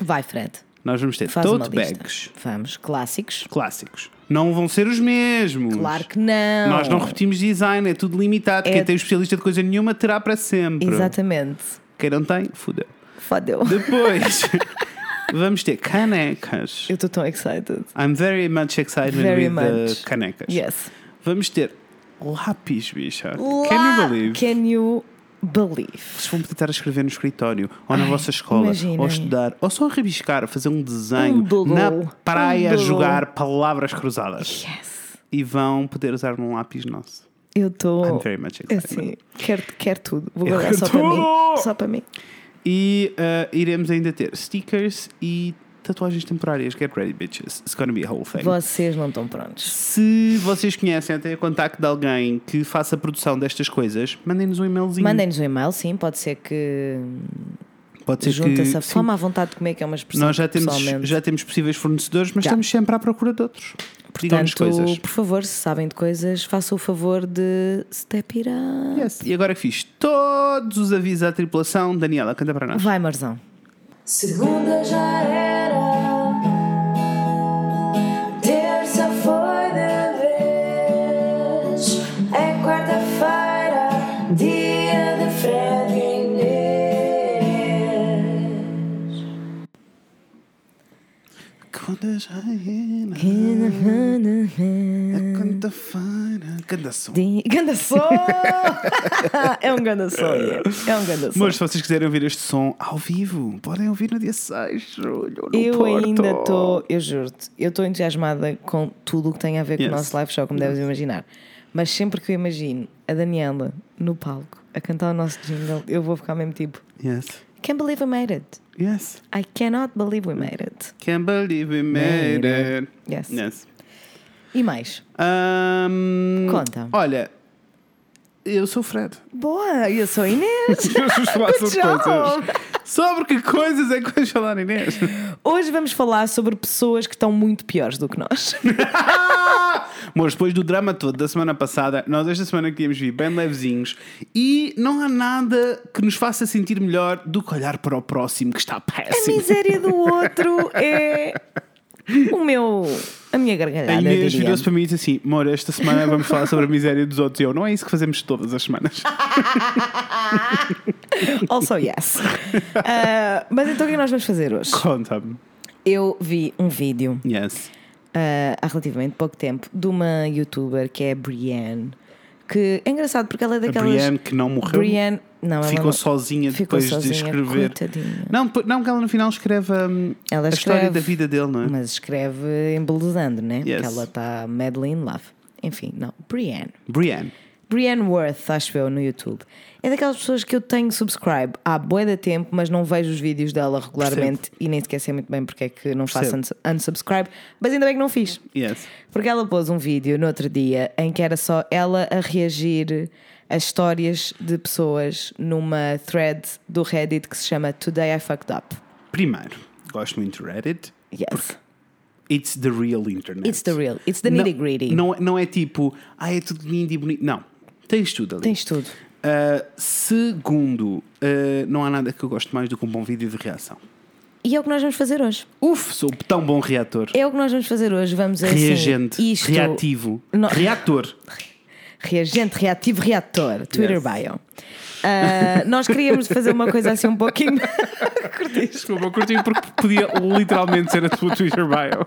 [SPEAKER 1] Vai, Fred.
[SPEAKER 2] Nós vamos ter
[SPEAKER 1] Faz uma
[SPEAKER 2] tote
[SPEAKER 1] lista.
[SPEAKER 2] bags
[SPEAKER 1] Vamos. Clássicos.
[SPEAKER 2] clássicos. Não vão ser os mesmos.
[SPEAKER 1] Claro que não.
[SPEAKER 2] Nós não repetimos design, é tudo limitado.
[SPEAKER 1] É-
[SPEAKER 2] Quem tem especialista de coisa nenhuma terá para sempre.
[SPEAKER 1] Exatamente.
[SPEAKER 2] Quem não tem, fudeu.
[SPEAKER 1] Fodeu.
[SPEAKER 2] Depois vamos ter canecas.
[SPEAKER 1] Eu estou tão excited.
[SPEAKER 2] I'm very much excited
[SPEAKER 1] Very
[SPEAKER 2] with
[SPEAKER 1] much.
[SPEAKER 2] the canecas.
[SPEAKER 1] Yes.
[SPEAKER 2] Vamos ter lápis, bicha. Can you
[SPEAKER 1] Lá-
[SPEAKER 2] believe?
[SPEAKER 1] Can you believe?
[SPEAKER 2] Vocês vão tentar escrever no escritório, ou na
[SPEAKER 1] Ai,
[SPEAKER 2] vossa escola,
[SPEAKER 1] imaginem.
[SPEAKER 2] ou estudar, ou só rabiscar, fazer um desenho
[SPEAKER 1] Um doodle.
[SPEAKER 2] na praia,
[SPEAKER 1] Um doodle.
[SPEAKER 2] jogar palavras cruzadas.
[SPEAKER 1] Yes.
[SPEAKER 2] E vão poder usar um lápis nosso.
[SPEAKER 1] Eu estou.
[SPEAKER 2] I'm very much excited.
[SPEAKER 1] Assim, quero, quero tudo. Vou
[SPEAKER 2] Eu
[SPEAKER 1] guardar
[SPEAKER 2] quero
[SPEAKER 1] só para mim.
[SPEAKER 2] tudo!
[SPEAKER 1] Só para mim.
[SPEAKER 2] E ah, iremos ainda ter stickers e tatuagens temporárias. Get ready, bitches. It's gonna be a whole thing.
[SPEAKER 1] Vocês não estão prontos.
[SPEAKER 2] Se vocês conhecem até contacto de alguém que faça produção destas coisas, mandem-nos um e-mailzinho.
[SPEAKER 1] Mandem-nos um e-mail, sim. Pode ser que
[SPEAKER 2] Pode ser
[SPEAKER 1] junta-se
[SPEAKER 2] que,
[SPEAKER 1] a
[SPEAKER 2] sim.
[SPEAKER 1] fome à vontade de comer, que é uma expressão
[SPEAKER 2] Nós já
[SPEAKER 1] que
[SPEAKER 2] temos,
[SPEAKER 1] pessoalmente-
[SPEAKER 2] já temos possíveis fornecedores, mas
[SPEAKER 1] Já.
[SPEAKER 2] estamos sempre à procura de outros. Digam-nos
[SPEAKER 1] Portanto,
[SPEAKER 2] coisas.
[SPEAKER 1] por favor, se sabem de coisas, façam o favor de step it up.
[SPEAKER 2] Yes. E agora que fiz todos os avisos à tripulação, Daniela, canta para nós.
[SPEAKER 1] Vai, Marzão.
[SPEAKER 4] Segunda já era, terça foi de vez, é quarta-feira, dia de Fred e Inês.
[SPEAKER 2] Quando já é, era, canta feira, canta som.
[SPEAKER 1] Ganda som! é um ganda som. yeah. É um ganda som.
[SPEAKER 2] Mas se vocês quiserem ouvir este som ao vivo, podem ouvir no dia 6 de julho. No
[SPEAKER 1] eu
[SPEAKER 2] Porto.
[SPEAKER 1] ainda estou, eu juro-te, eu estou entusiasmada com tudo o que tem a ver com
[SPEAKER 2] Yes.
[SPEAKER 1] o nosso live show, como deves imaginar. Mas sempre que eu imagino a Daniela no palco a cantar o nosso jingle, eu vou ficar mesmo tipo:
[SPEAKER 2] Yes.
[SPEAKER 1] Can't believe we made it.
[SPEAKER 2] Yes.
[SPEAKER 1] I cannot believe we made it.
[SPEAKER 2] Can't believe we made it.
[SPEAKER 1] Yes.
[SPEAKER 2] Yes.
[SPEAKER 1] E mais.
[SPEAKER 2] Ahm,
[SPEAKER 1] Conta.
[SPEAKER 2] Olha, eu sou o Fred.
[SPEAKER 1] Boa, eu sou a Inês.
[SPEAKER 2] Eu vos falar
[SPEAKER 1] Good
[SPEAKER 2] sobre
[SPEAKER 1] job.
[SPEAKER 2] coisas. Sobre que coisas é que vais falar, Inês?
[SPEAKER 1] Hoje vamos falar sobre pessoas que estão muito piores do que nós.
[SPEAKER 2] Mas depois do drama todo da semana passada, nós esta semana queríamos vir bem levezinhos e não há nada que nos faça sentir melhor do que olhar para o próximo que está
[SPEAKER 1] A
[SPEAKER 2] péssimo.
[SPEAKER 1] miséria do outro é o meu. a minha gargalhada.
[SPEAKER 2] A Inês
[SPEAKER 1] diria.
[SPEAKER 2] virou-se para mim e disse assim: Mora, esta semana vamos falar sobre a miséria dos outros. E eu, não é isso que fazemos todas as semanas.
[SPEAKER 1] Also, yes. Ah, mas então o que é que nós vamos fazer hoje?
[SPEAKER 2] Conta-me.
[SPEAKER 1] Eu vi um vídeo
[SPEAKER 2] Yes.
[SPEAKER 1] ah, há relativamente pouco tempo de uma youtuber que é a Brienne. Que é engraçado porque ela é
[SPEAKER 2] A
[SPEAKER 1] daquelas.
[SPEAKER 2] Brienne que não morreu.
[SPEAKER 1] Brienne- não, ela
[SPEAKER 2] ficou
[SPEAKER 1] não-
[SPEAKER 2] sozinha
[SPEAKER 1] ficou
[SPEAKER 2] depois
[SPEAKER 1] sozinha,
[SPEAKER 2] de escrever.
[SPEAKER 1] coitadinha.
[SPEAKER 2] Não, depois- não, que ela no final escreve hum,
[SPEAKER 1] Ela
[SPEAKER 2] a história
[SPEAKER 1] escreve,
[SPEAKER 2] da vida dele, não é?
[SPEAKER 1] Mas escreve embelezando, né?
[SPEAKER 2] Yes.
[SPEAKER 1] Que ela está Madeline Love. Enfim, não. Brienne.
[SPEAKER 2] Brienne.
[SPEAKER 1] Brienne Worth, acho eu, no YouTube. É daquelas pessoas que eu tenho subscribe há bué de tempo, mas não vejo os vídeos dela regularmente e nem sequer sei muito bem porque é que não faço
[SPEAKER 2] Percebo.
[SPEAKER 1] uns- unsubscribe, mas ainda bem que não fiz.
[SPEAKER 2] Yes.
[SPEAKER 1] Porque ela pôs um vídeo no outro dia em que era só ela a reagir a histórias de pessoas numa thread do Reddit que se chama Today I Fucked Up.
[SPEAKER 2] Primeiro, gosto muito do Reddit.
[SPEAKER 1] Yes.
[SPEAKER 2] It's the real internet.
[SPEAKER 1] It's the real, it's the
[SPEAKER 2] Não-
[SPEAKER 1] nitty gritty.
[SPEAKER 2] Não, é- não é tipo, ah, é tudo lindo e bonito. Não. Tens tudo ali.
[SPEAKER 1] Tens tudo.
[SPEAKER 2] Ah, segundo, ah, não há nada que eu gosto mais do que um bom vídeo de reação.
[SPEAKER 1] E é o que nós vamos fazer hoje.
[SPEAKER 2] Uf, sou tão bom reator.
[SPEAKER 1] É o que nós vamos fazer hoje. Vamos assim.
[SPEAKER 2] Reagente,
[SPEAKER 1] isto-
[SPEAKER 2] reativo,
[SPEAKER 1] Não-
[SPEAKER 2] reator.
[SPEAKER 1] Reagente, reativo, reator. Twitter
[SPEAKER 2] Yes.
[SPEAKER 1] bio. Ah, nós queríamos fazer uma coisa assim um pouquinho.
[SPEAKER 2] Desculpa, eu curti porque podia literalmente ser a tua Twitter bio.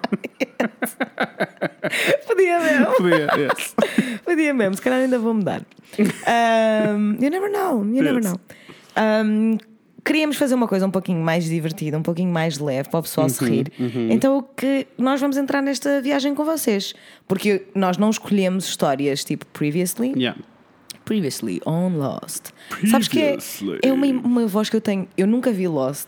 [SPEAKER 1] Podia um mesmo.
[SPEAKER 2] Podia, yes.
[SPEAKER 1] Podia mesmo. Se calhar ainda vou mudar. Um, you never know. You never
[SPEAKER 2] Yes.
[SPEAKER 1] know. Um, queríamos fazer uma coisa um pouquinho mais divertida, um pouquinho mais leve para o pessoal
[SPEAKER 2] Uhum,
[SPEAKER 1] se rir. Então o que nós vamos entrar nesta viagem com vocês. Porque nós não escolhemos histórias tipo previously.
[SPEAKER 2] Yeah.
[SPEAKER 1] Previously on Lost. Sabes que é-
[SPEAKER 2] Previously.
[SPEAKER 1] é, uma, uma voz que eu tenho. Eu nunca vi Lost,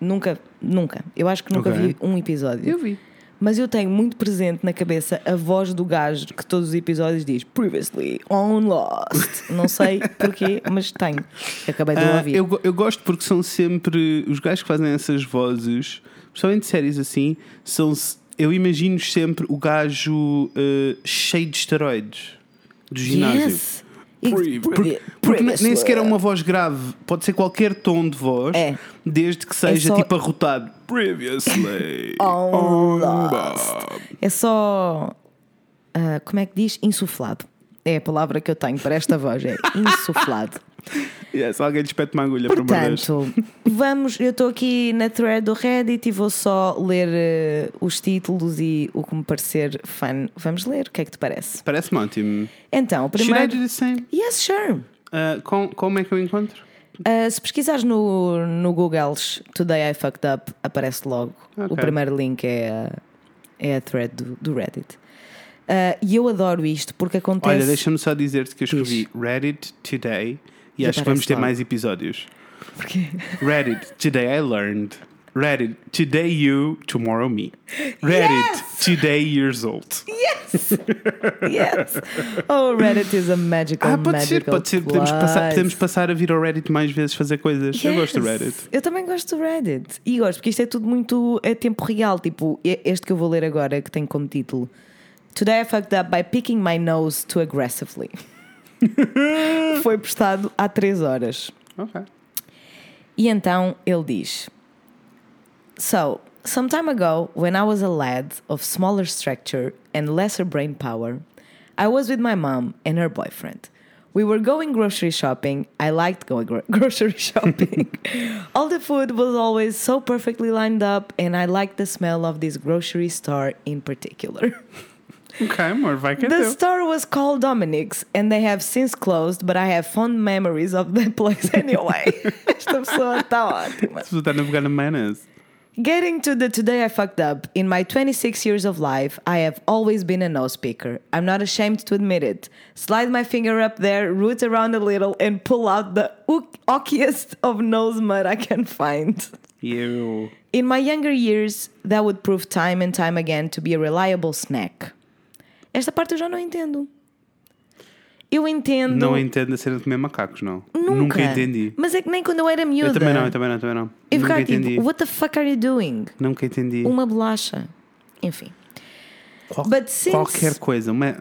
[SPEAKER 1] Nunca, nunca. Eu acho que nunca
[SPEAKER 2] Ok.
[SPEAKER 1] vi um episódio.
[SPEAKER 2] Eu vi.
[SPEAKER 1] Mas eu tenho muito presente na cabeça a voz do gajo que todos os episódios diz Previously on Lost. Não sei porquê, mas tenho. Acabei de o
[SPEAKER 2] Ah,
[SPEAKER 1] ouvir.
[SPEAKER 2] eu, go- eu gosto porque são sempre os gajos que fazem essas vozes, principalmente séries assim, são se- eu imagino sempre o gajo eh, cheio de esteroides do ginásio.
[SPEAKER 1] Yes. It's
[SPEAKER 2] Pre- Porque,
[SPEAKER 1] previ-
[SPEAKER 2] porque ne- nem
[SPEAKER 1] previously.
[SPEAKER 2] sequer é uma voz grave, pode ser qualquer tom de voz,
[SPEAKER 1] É.
[SPEAKER 2] desde que seja
[SPEAKER 1] só-
[SPEAKER 2] tipo arrotado. Previously.
[SPEAKER 1] On
[SPEAKER 2] on
[SPEAKER 1] Lost.
[SPEAKER 2] Bob.
[SPEAKER 1] É só. ah, como é que diz? Insuflado. É a palavra que eu tenho para esta voz. É insuflado.
[SPEAKER 2] Yes, alguém lhes pede É uma agulha para
[SPEAKER 1] Portanto, vamos. Eu estou aqui na thread do Reddit e vou só ler eh, os títulos e o que me parecer fun. Vamos ler. O que é que te parece?
[SPEAKER 2] Parece-me ótimo.
[SPEAKER 1] Então, o
[SPEAKER 2] Should I
[SPEAKER 1] primeiro.
[SPEAKER 2] do the same?
[SPEAKER 1] Yes, sure.
[SPEAKER 2] Ah, com- como é que eu encontro?
[SPEAKER 1] Uh, se pesquisares no, no Google Today I Fucked Up, aparece logo.
[SPEAKER 2] Ok.
[SPEAKER 1] O primeiro link é a, é a thread do, do Reddit. Uh, e eu adoro isto porque acontece.
[SPEAKER 2] Olha, deixa-me só dizer-te que eu escrevi Reddit Today e,
[SPEAKER 1] E
[SPEAKER 2] acho que vamos
[SPEAKER 1] aparece
[SPEAKER 2] ter
[SPEAKER 1] lá.
[SPEAKER 2] mais episódios.
[SPEAKER 1] Porque...
[SPEAKER 2] Reddit Today I Learned. Reddit Today You, Tomorrow Me. Reddit Today Years Old.
[SPEAKER 1] Oh, yes! Oh, Reddit is a magical
[SPEAKER 2] Ah, pode ser,
[SPEAKER 1] magical
[SPEAKER 2] pode ser. Podemos
[SPEAKER 1] place.
[SPEAKER 2] passar, podemos passar a vir ao Reddit mais vezes fazer coisas. Eu
[SPEAKER 1] Yes.
[SPEAKER 2] gosto do Reddit.
[SPEAKER 1] Eu também gosto do Reddit. E gosto, porque isto é tudo muito a tempo real. Tipo, e- este que eu vou ler agora, que tem como título: Today I fucked up by picking my nose too aggressively. Foi postado há 3 horas.
[SPEAKER 2] Ok.
[SPEAKER 1] E então ele diz: So, some time ago, when I was a lad of smaller structure and lesser brain power, I was with my mom and her boyfriend. We were going grocery shopping. I liked going gro- grocery shopping. All the food was always so perfectly lined up, and I liked the smell of this grocery store in particular.
[SPEAKER 2] Ok, amor, vai que
[SPEAKER 1] The
[SPEAKER 2] é teu.
[SPEAKER 1] store was called Dominic's and they have since closed, but I have fond memories of that place anyway. Esta pessoa está ótima.
[SPEAKER 2] Se você está a navegar na maionese.
[SPEAKER 1] Getting to the today I fucked up. In my 26 years of life, I have always been a nose picker. I'm not ashamed to admit it. Slide my finger up there, root around a little, and pull out the ook- ockiest of nose mud I can find.
[SPEAKER 2] E eu.
[SPEAKER 1] In my younger years, that would prove time and time again to be a reliable snack. Esta parte eu já não entendo. Eu entendo.
[SPEAKER 2] Não entendo a cena de comer macacos, não.
[SPEAKER 1] nunca.
[SPEAKER 2] entendi.
[SPEAKER 1] Mas é que nem quando eu era miúda.
[SPEAKER 2] Eu também não, eu também não, eu também não.
[SPEAKER 1] Eu
[SPEAKER 2] Nunca
[SPEAKER 1] ficava
[SPEAKER 2] entendi.
[SPEAKER 1] tipo, what the fuck are you doing?
[SPEAKER 2] Nunca entendi.
[SPEAKER 1] Uma bolacha. Enfim.
[SPEAKER 2] Qual-
[SPEAKER 1] but since-
[SPEAKER 2] Qualquer coisa. Uma...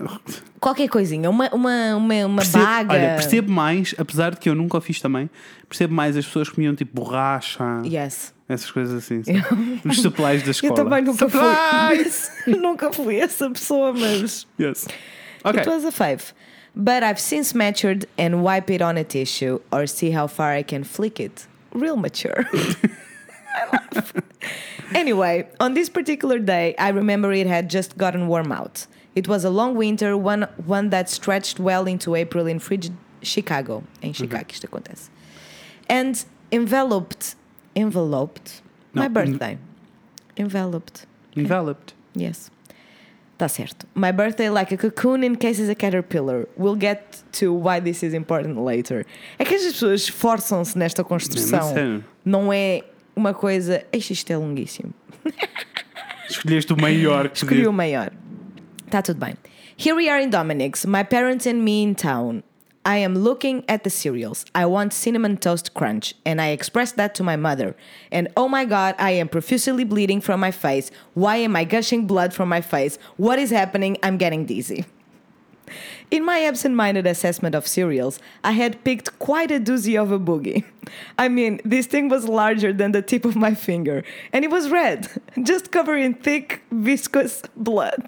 [SPEAKER 1] Qualquer coisinha. Uma, uma, uma, uma
[SPEAKER 2] Percebo-
[SPEAKER 1] baga.
[SPEAKER 2] Olha, percebo mais, apesar de que eu nunca o fiz também, percebo mais as pessoas que comiam tipo borracha,
[SPEAKER 1] Yes.
[SPEAKER 2] essas coisas assim. sabe? Os supplies da
[SPEAKER 1] Eu
[SPEAKER 2] escola.
[SPEAKER 1] também nunca
[SPEAKER 2] supplies!
[SPEAKER 1] fui. nunca fui essa pessoa, mas.
[SPEAKER 2] Yes. Ok.
[SPEAKER 1] It was a five. But I've since matured and wipe it on a tissue or see how far I can flick it. Real mature. I laugh. Anyway, on this particular day, I remember it had just gotten warm out. It was a long winter, one, one that stretched well into April in frigid Chicago. Em Chicago, isto acontece. And enveloped, enveloped,
[SPEAKER 2] Não,
[SPEAKER 1] my
[SPEAKER 2] en-
[SPEAKER 1] birthday. Enveloped.
[SPEAKER 2] Enveloped.
[SPEAKER 1] Yes. Tá certo. My birthday like a cocoon in case is a caterpillar. We'll get to why this is important later. É que estas pessoas esforçam-se nesta construção.
[SPEAKER 2] sério.
[SPEAKER 1] Não é uma coisa. Eixe, Isto é longuíssimo.
[SPEAKER 2] Escolheste o maior que
[SPEAKER 1] Escolhi
[SPEAKER 2] podia-
[SPEAKER 1] o maior. Tá tudo bem. Here we are in Dominic's, my parents and me in town. I am looking at the cereals. I want cinnamon toast crunch, and I expressed that to my mother. And oh my god, I am profusely bleeding from my face. Why am I gushing blood from my face? What is happening? I'm getting dizzy. In my absent minded assessment of cereals, I had picked quite a doozy of a boogie. I mean, this thing was larger than the tip of my finger, and it was red, just covered in thick, viscous blood.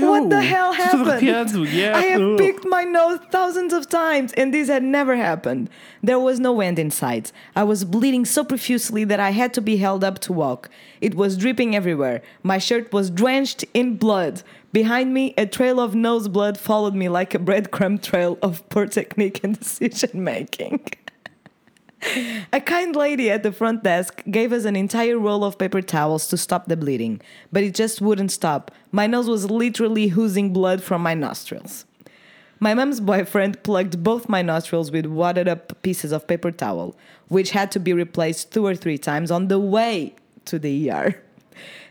[SPEAKER 1] what
[SPEAKER 2] Ew,
[SPEAKER 1] the hell
[SPEAKER 2] tô todo
[SPEAKER 1] happened?
[SPEAKER 2] arrepiado, yeah,
[SPEAKER 1] I have
[SPEAKER 2] ugh.
[SPEAKER 1] picked my nose thousands of times, and this had never happened. There was no end in sight. I was bleeding so profusely that I had to be held up to walk. It was dripping everywhere. My shirt was drenched in blood. Behind me, a trail of nose blood followed me like a breadcrumb trail of poor technique and decision making. A kind lady at the front desk gave us an entire roll of paper towels to stop the bleeding, but it just wouldn't stop. My nose was literally oozing blood from my nostrils. My mom's boyfriend plugged both my nostrils with wadded up pieces of paper towel, which had to be replaced two or three times on the way to the ER.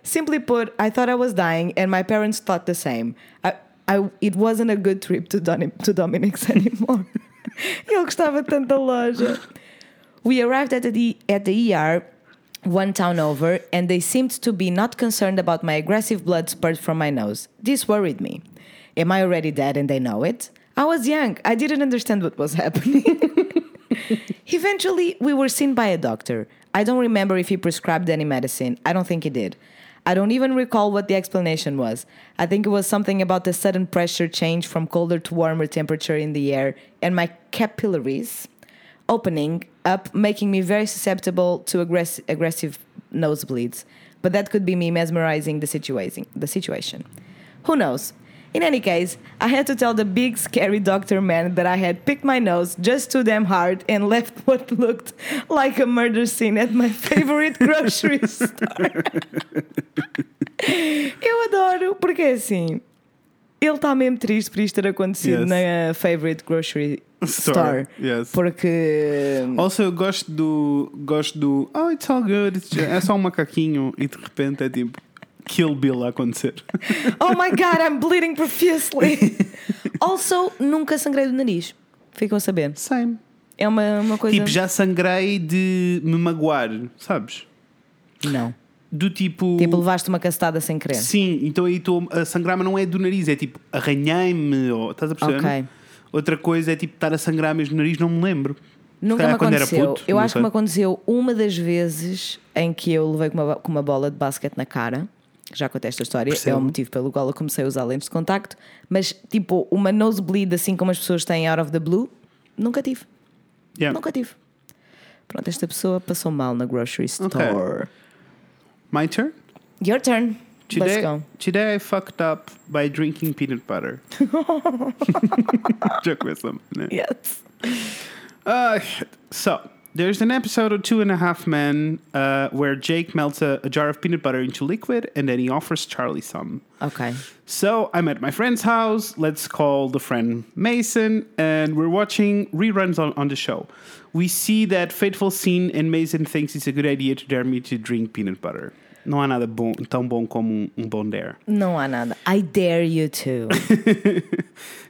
[SPEAKER 1] Simply put, I thought I was dying, and my parents thought the same. I, I, it wasn't a good trip to, Doni- to Dominic's anymore. Ele gostava tanto da loja. We arrived at the, at the ER one town over, and they seemed to be not concerned about my aggressive blood spurt from my nose. This worried me. Am I already dead and they know it? I was young. I didn't understand what was happening. Eventually, we were seen by a doctor. I don't remember if he prescribed any medicine. I don't think he did. I don't even recall what the explanation was. I think it was something about the sudden pressure change from colder to warmer temperature in the air and my capillaries opening up, making me very susceptible to aggress- aggressive nosebleeds. But that could be me mesmerizing the, situating- the situation. Who knows? In any case, I had to tell the big scary doctor man that I had picked my nose just too damn hard and left what looked like a murder scene at my favorite grocery store. Eu adoro, porque é assim. Ele está mesmo triste por isto ter acontecido
[SPEAKER 2] Yes.
[SPEAKER 1] na favorite grocery store.
[SPEAKER 2] Store, yes. Oh.
[SPEAKER 1] Porque.
[SPEAKER 2] Also, eu gosto do. Gosto do. Oh, it's all good. it's ju- é só um macaquinho e de repente é tipo. Kill Bill a acontecer.
[SPEAKER 1] Oh my god, I'm bleeding profusely. also, nunca sangrei do nariz. Ficam a saber.
[SPEAKER 2] Same.
[SPEAKER 1] É uma, uma coisa.
[SPEAKER 2] Tipo, já sangrei de me magoar, sabes?
[SPEAKER 1] Não.
[SPEAKER 2] Do tipo.
[SPEAKER 1] Tipo, levaste uma castada sem querer.
[SPEAKER 2] Sim, então aí estou a sangrar, mas não é do nariz, é tipo arranhei-me, ou estás a perceber?
[SPEAKER 1] Ok.
[SPEAKER 2] Outra coisa é tipo estar a sangrar mesmo no nariz, não me lembro. Se
[SPEAKER 1] Nunca me
[SPEAKER 2] calhar quando era
[SPEAKER 1] aconteceu.
[SPEAKER 2] puto,
[SPEAKER 1] eu
[SPEAKER 2] não
[SPEAKER 1] acho
[SPEAKER 2] sei.
[SPEAKER 1] que me aconteceu uma das vezes em que eu levei com uma, com uma bola de basquete na cara. Já contei esta história, é
[SPEAKER 2] Percebo.
[SPEAKER 1] o motivo pelo qual eu comecei a usar lentes de contacto. Mas, tipo, uma nosebleed assim como as pessoas têm out of the blue, nunca tive.
[SPEAKER 2] Yeah.
[SPEAKER 1] Nunca tive. Pronto, esta pessoa passou mal na grocery store.
[SPEAKER 2] My turn?
[SPEAKER 1] Your turn. Let's
[SPEAKER 2] Today,
[SPEAKER 1] go.
[SPEAKER 2] today I fucked up by drinking peanut butter. Já começamos, né?
[SPEAKER 1] Yes.
[SPEAKER 2] Uh, so there's an episode of Two and a Half Men uh, where Jake melts a, a jar of peanut butter into liquid and then he offers Charlie some.
[SPEAKER 1] Ok.
[SPEAKER 2] So I'm at my friend's house. Let's call the friend Mason, and we're watching reruns on, on the show. We see that fateful scene, and Mason thinks it's a good idea to dare me to drink peanut butter. Não há nada bom, tão bom como um, um bom dare.
[SPEAKER 1] Não há nada. I dare you to.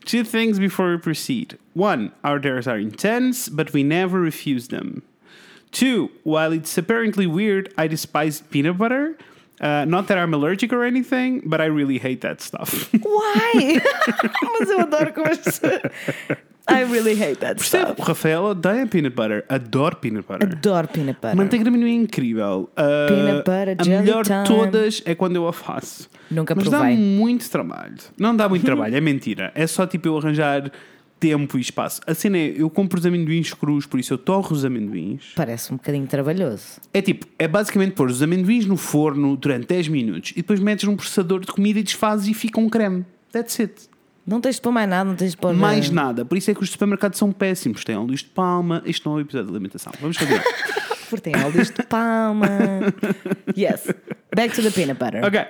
[SPEAKER 2] Two things before we proceed. One, our dares are intense, but we never refuse them. Two, while it's apparently weird, I despise peanut butter. Uh, not that I'm allergic or anything, but I really hate that stuff.
[SPEAKER 1] Why? Mas eu adoro como as pessoas. I really hate that stuff.
[SPEAKER 2] Percebe? Rafaela odeia peanut butter. Adoro peanut butter.
[SPEAKER 1] Adoro peanut butter.
[SPEAKER 2] Manteiga de amendoim é incrível. Uh,
[SPEAKER 1] Peanut butter
[SPEAKER 2] a
[SPEAKER 1] jelly
[SPEAKER 2] melhor
[SPEAKER 1] time.
[SPEAKER 2] de todas é quando eu a faço.
[SPEAKER 1] Nunca
[SPEAKER 2] Mas
[SPEAKER 1] provei.
[SPEAKER 2] dá muito trabalho. Não dá muito trabalho, é mentira. É só tipo eu arranjar tempo e espaço. A cena é, eu compro os amendoins crus, por isso eu torro os amendoins.
[SPEAKER 1] Parece um bocadinho trabalhoso.
[SPEAKER 2] É tipo, é basicamente pôr os amendoins no forno durante 10 minutos e depois metes num processador de comida e desfazes e fica um creme. That's it.
[SPEAKER 1] Não tens de pôr mais nada, não tens de pôr eh,
[SPEAKER 2] Mais nada. Por isso é que os supermercados são péssimos. Tem luz de palma. Este não é o episódio de alimentação. Vamos continuar.
[SPEAKER 1] Porque tem óleos de palma. yes. Back to the peanut butter.
[SPEAKER 2] Okay.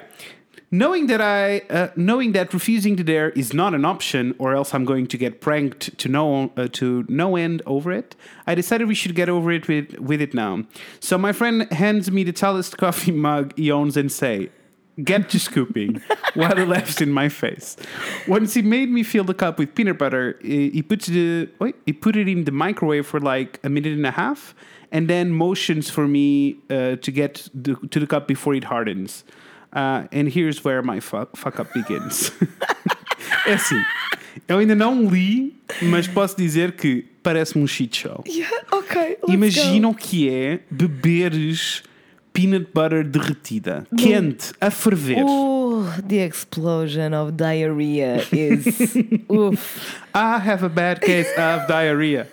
[SPEAKER 2] Knowing that I, uh, knowing that refusing to dare is not an option, or else I'm going to get pranked to no uh, to no end over it. I decided we should get over it with with it now. So my friend hands me the tallest coffee mug he owns and say, "Get to scooping," while he laughs in my face. Once he made me fill the cup with peanut butter, he he puts the wait, he put it in the microwave for like a minute and a half, and then motions for me uh, to get the, to the cup before it hardens. Uh, and here's where my fuck, fuck up begins. é assim, eu ainda não li, mas posso dizer que parece-me um shit show.
[SPEAKER 1] Yeah, ok. let's
[SPEAKER 2] Imagina
[SPEAKER 1] go.
[SPEAKER 2] o que é beberes peanut butter derretida, quente, a ferver.
[SPEAKER 1] Oh, the explosion of diarrhea is. Uf.
[SPEAKER 2] I have a bad case of diarrhea.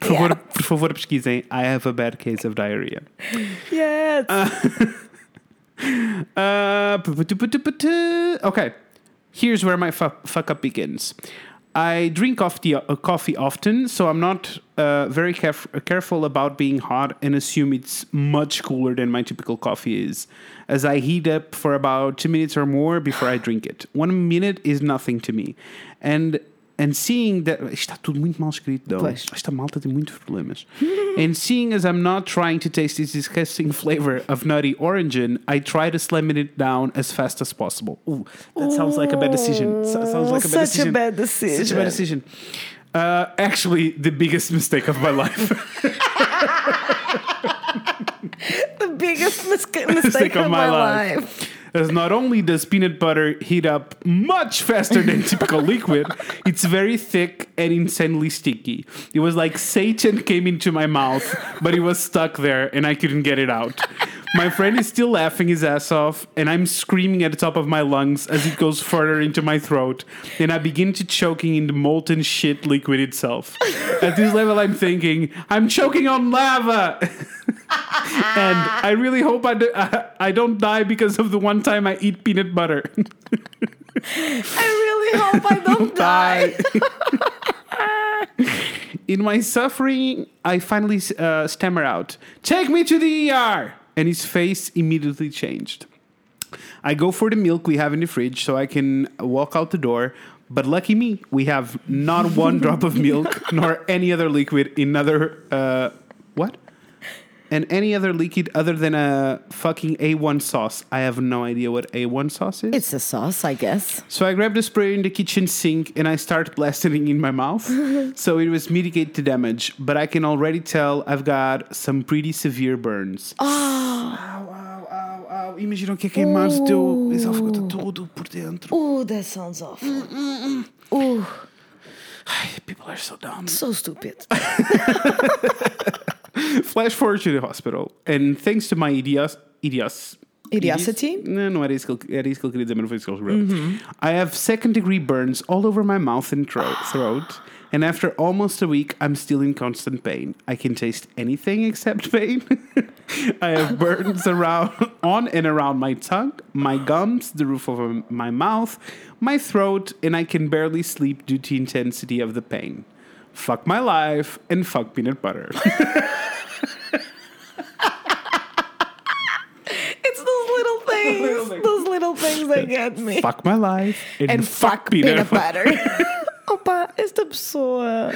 [SPEAKER 2] Por favor, por favor, pesquisem. I have a bad case of diarrhea.
[SPEAKER 1] Yes.
[SPEAKER 2] Ah. Uh, pu- pu- tu- pu- tu- pu- tu. okay. Here's where my fu- fuck up begins. I drink off the, uh, coffee often, so I'm not uh, very caref- careful about being hot and assume it's much cooler than my typical coffee is, as I heat up for about two minutes or more before I drink it. One minute is nothing to me. And and seeing that. Isto está tudo muito mal escrito, though.
[SPEAKER 1] Pois.
[SPEAKER 2] Esta malta tem muitos problemas. and seeing as I'm not trying to taste this disgusting flavor of nutty origin, I try to slam it down as fast as possible. Ooh, that sounds like a bad decision. So- sounds like a bad
[SPEAKER 1] Such a
[SPEAKER 2] decision.
[SPEAKER 1] bad
[SPEAKER 2] Such a bad decision. Uh, actually, the biggest mistake of my life.
[SPEAKER 1] The biggest mis- mistake,
[SPEAKER 2] mistake
[SPEAKER 1] of, my, life.
[SPEAKER 2] As not only does peanut butter heat up much faster than typical liquid, it's very thick and insanely sticky. It was like Satan came into my mouth, but it was stuck there and I couldn't get it out. My friend is still laughing his ass off, and I'm screaming at the top of my lungs as it goes further into my throat, and I begin to choking in the molten shit liquid itself. At this level, I'm thinking, I'm choking on lava! and I really hope I, do, I, I don't die because of the one time I eat peanut butter.
[SPEAKER 1] I really hope I don't die.
[SPEAKER 2] In my suffering, I finally uh, stammer out, Take me to the ER! And his face immediately changed. I go for the milk we have in the fridge so I can walk out the door. But lucky me, we have not one drop of milk nor any other liquid in other. Uh, what? And any other liquid other than a fucking A1 sauce. I have no idea what A1 sauce is.
[SPEAKER 1] It's a sauce, I guess.
[SPEAKER 2] So I grabbed a spray in the kitchen sink and I start blasting in my mouth. so it was mitigate the damage, but I can already tell I've got some pretty severe burns. Oh. Ow, ow, ow, ow. Imagina o que é que a Mars deu. Isso ficou tudo por dentro.
[SPEAKER 1] Ooh, Oh, that sounds awful. Ooh,
[SPEAKER 2] Ai, people are so dumb.
[SPEAKER 1] so stupid.
[SPEAKER 2] Flash forward to the hospital. And thanks to my idios... Idios...
[SPEAKER 1] Idiocity?
[SPEAKER 2] Idios- Não, não era isso, que ele, era isso que ele queria dizer, mas não foi isso que ele escreveu. I have second degree burns all over my mouth and thro- throat. And after almost a week, I'm still in constant pain. I can taste anything except pain. I have burns around, on and around my tongue, my gums, the roof of my mouth, my throat, and I can barely sleep due to intensity of the pain. Fuck my life and fuck peanut butter.
[SPEAKER 1] It's those little things.
[SPEAKER 2] Little things.
[SPEAKER 1] Those little things that get me.
[SPEAKER 2] fuck my life and,
[SPEAKER 1] And
[SPEAKER 2] fuck,
[SPEAKER 1] fuck
[SPEAKER 2] peanut,
[SPEAKER 1] peanut
[SPEAKER 2] butter.
[SPEAKER 1] butter. Opa, esta pessoa.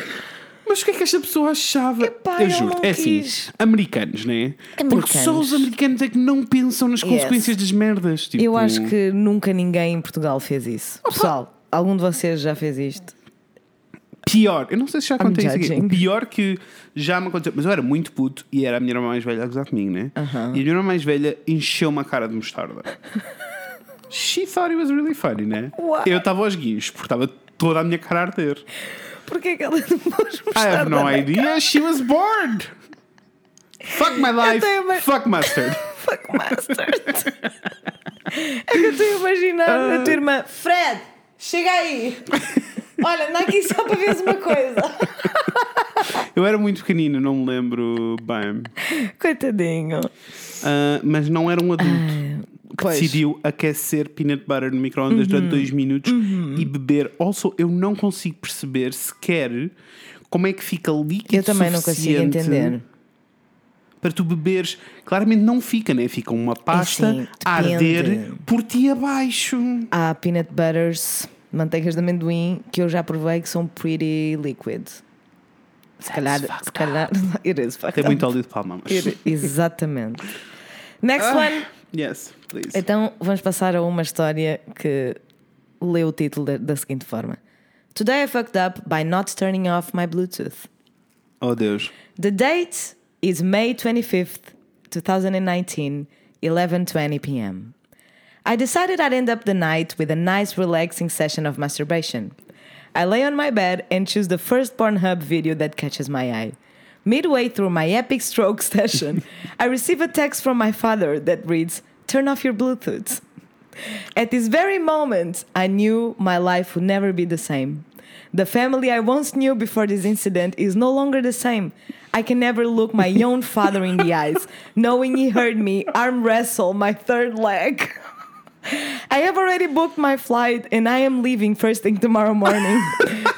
[SPEAKER 2] Mas o que é que esta pessoa achava?
[SPEAKER 1] Epá,
[SPEAKER 2] eu
[SPEAKER 1] ele
[SPEAKER 2] juro,
[SPEAKER 1] não
[SPEAKER 2] é assim,
[SPEAKER 1] quis.
[SPEAKER 2] americanos, né? Porque só
[SPEAKER 1] Americanos.
[SPEAKER 2] os americanos é que não pensam nas consequências das merdas. Tipo,
[SPEAKER 1] Eu acho que nunca ninguém em Portugal fez isso. Pessoal, algum de vocês já fez isto?
[SPEAKER 2] Pior, eu não sei se já contei isso aqui.
[SPEAKER 1] judging.
[SPEAKER 2] O pior que já me aconteceu, mas eu era muito puto e era a minha irmã mais velha a gozar comigo, né? E a minha irmã mais velha encheu uma cara de mostarda. She thought it was really funny, né?
[SPEAKER 1] What?
[SPEAKER 2] Eu estava aos guinhos, porque estava toda a minha cara a arder.
[SPEAKER 1] Porquê é que ela não pôs
[SPEAKER 2] I have
[SPEAKER 1] mostarda
[SPEAKER 2] no
[SPEAKER 1] na
[SPEAKER 2] idea, she was bored. Fuck my life,
[SPEAKER 1] tenho uma-
[SPEAKER 2] fuck mustard.
[SPEAKER 1] Fuck mustard. é que eu estou a imaginar
[SPEAKER 2] Ah.
[SPEAKER 1] a tua irmã. Fred, chega aí. Olha, anda aqui só para veres uma coisa.
[SPEAKER 2] Eu era muito pequenino, não me lembro bem.
[SPEAKER 1] Coitadinho.
[SPEAKER 2] Ah, mas não era um adulto que
[SPEAKER 1] Ah, pois. Uhum.
[SPEAKER 2] decidiu aquecer peanut butter no micro-ondas durante dois minutos e beber. Also, eu não consigo perceber sequer como é que fica líquido
[SPEAKER 1] Eu também não consigo
[SPEAKER 2] suficiente
[SPEAKER 1] entender.
[SPEAKER 2] Para tu beberes, claramente não fica, né? Fica uma pasta
[SPEAKER 1] Assim,
[SPEAKER 2] a arder
[SPEAKER 1] depende.
[SPEAKER 2] por ti abaixo.
[SPEAKER 1] Há peanut butters, manteigas de amendoim, que eu já provei que são pretty liquid. Se calhar. Se calhar. It is fucked
[SPEAKER 2] Tem
[SPEAKER 1] up.
[SPEAKER 2] muito óleo de palma, mas.
[SPEAKER 1] It- Exatamente. Next one.
[SPEAKER 2] Yes, please.
[SPEAKER 1] Então vamos passar a uma história que lê o título da, da seguinte forma: Today I fucked up by not turning off my Bluetooth.
[SPEAKER 2] Oh Deus.
[SPEAKER 1] The date is May 25th, 2019, 11:20 p.m. I decided I'd end up the night with a nice relaxing session of masturbation. I lay on my bed and choose the first Pornhub video that catches my eye. Midway through my epic stroke session, I receive a text from my father that reads, "Turn off your Bluetooth." At this very moment, I knew my life would never be the same. The family I once knew before this incident is no longer the same. I can never look my own father in the eyes, knowing he heard me arm wrestle my third leg. I have already booked my flight and I am leaving first thing tomorrow morning.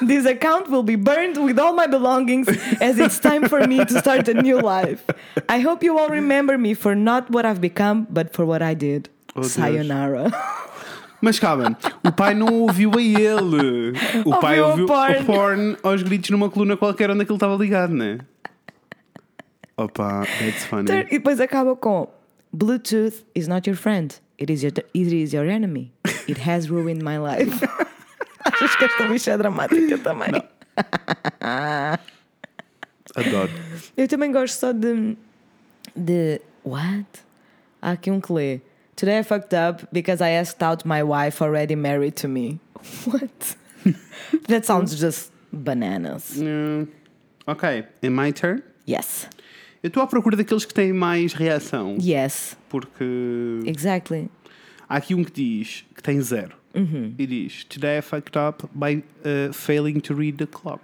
[SPEAKER 1] This account will be burned with all my belongings as it's time for me to start a new life. I hope you all remember me for not what I've become, but for what I did.
[SPEAKER 2] Oh, Deus.
[SPEAKER 1] Sayonara.
[SPEAKER 2] Mas calma, o pai não ouviu a ele. O pai ouviu
[SPEAKER 1] Ouviu o
[SPEAKER 2] o
[SPEAKER 1] porn.
[SPEAKER 2] porn aos gritos numa coluna qualquer onde aquilo estava ligado, não é? Opa, that's funny.
[SPEAKER 1] E depois acaba com Bluetooth is not your friend. It is your, it is your enemy. It has ruined my life. Achas que esta bicha é dramática também?
[SPEAKER 2] Adoro.
[SPEAKER 1] Eu também gosto só de. de. What? Há aqui um que lê. Today I fucked up because I asked out my wife already married to me. What? That sounds just bananas.
[SPEAKER 2] Hum, ok, é my turn.
[SPEAKER 1] Yes.
[SPEAKER 2] Eu estou à procura daqueles que têm mais reação,
[SPEAKER 1] Yes.
[SPEAKER 2] porque
[SPEAKER 1] Exactly.
[SPEAKER 2] há aqui um que diz que tem zero. E diz: Today I fucked up by uh, failing to read the clock.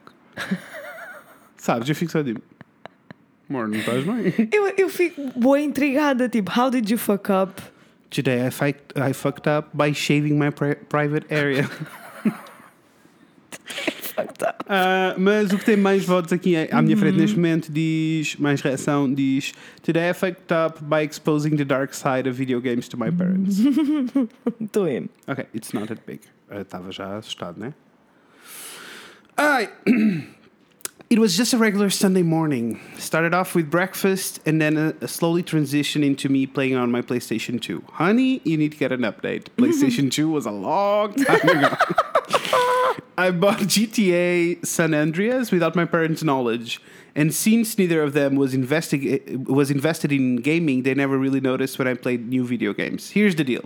[SPEAKER 2] Sabes? Eu fico só tipo: Amor, não estás bem?
[SPEAKER 1] Eu, eu fico boa intrigada, tipo, how did you fuck up?
[SPEAKER 2] Today I, fight, I fucked up by shaving my pri- private area.
[SPEAKER 1] Fucked up.
[SPEAKER 2] Ah, mas o que tem mais votos aqui é- à minha frente neste momento diz, mais reação, diz Today I fucked up by exposing the dark side of video games to my parents.
[SPEAKER 1] Doei.
[SPEAKER 2] ok, it's not that big. Eu Estava já assustado, né? Ai! It was just a regular Sunday morning. Started off with breakfast and then a, a slowly transition into me playing on my PlayStation 2. Honey, you need to get an update. PlayStation 2 was a long time ago. I bought GTA San Andreas without my parents' knowledge, and since neither of them was investi- was invested in gaming, they never really noticed when I played new video games. Here's the deal: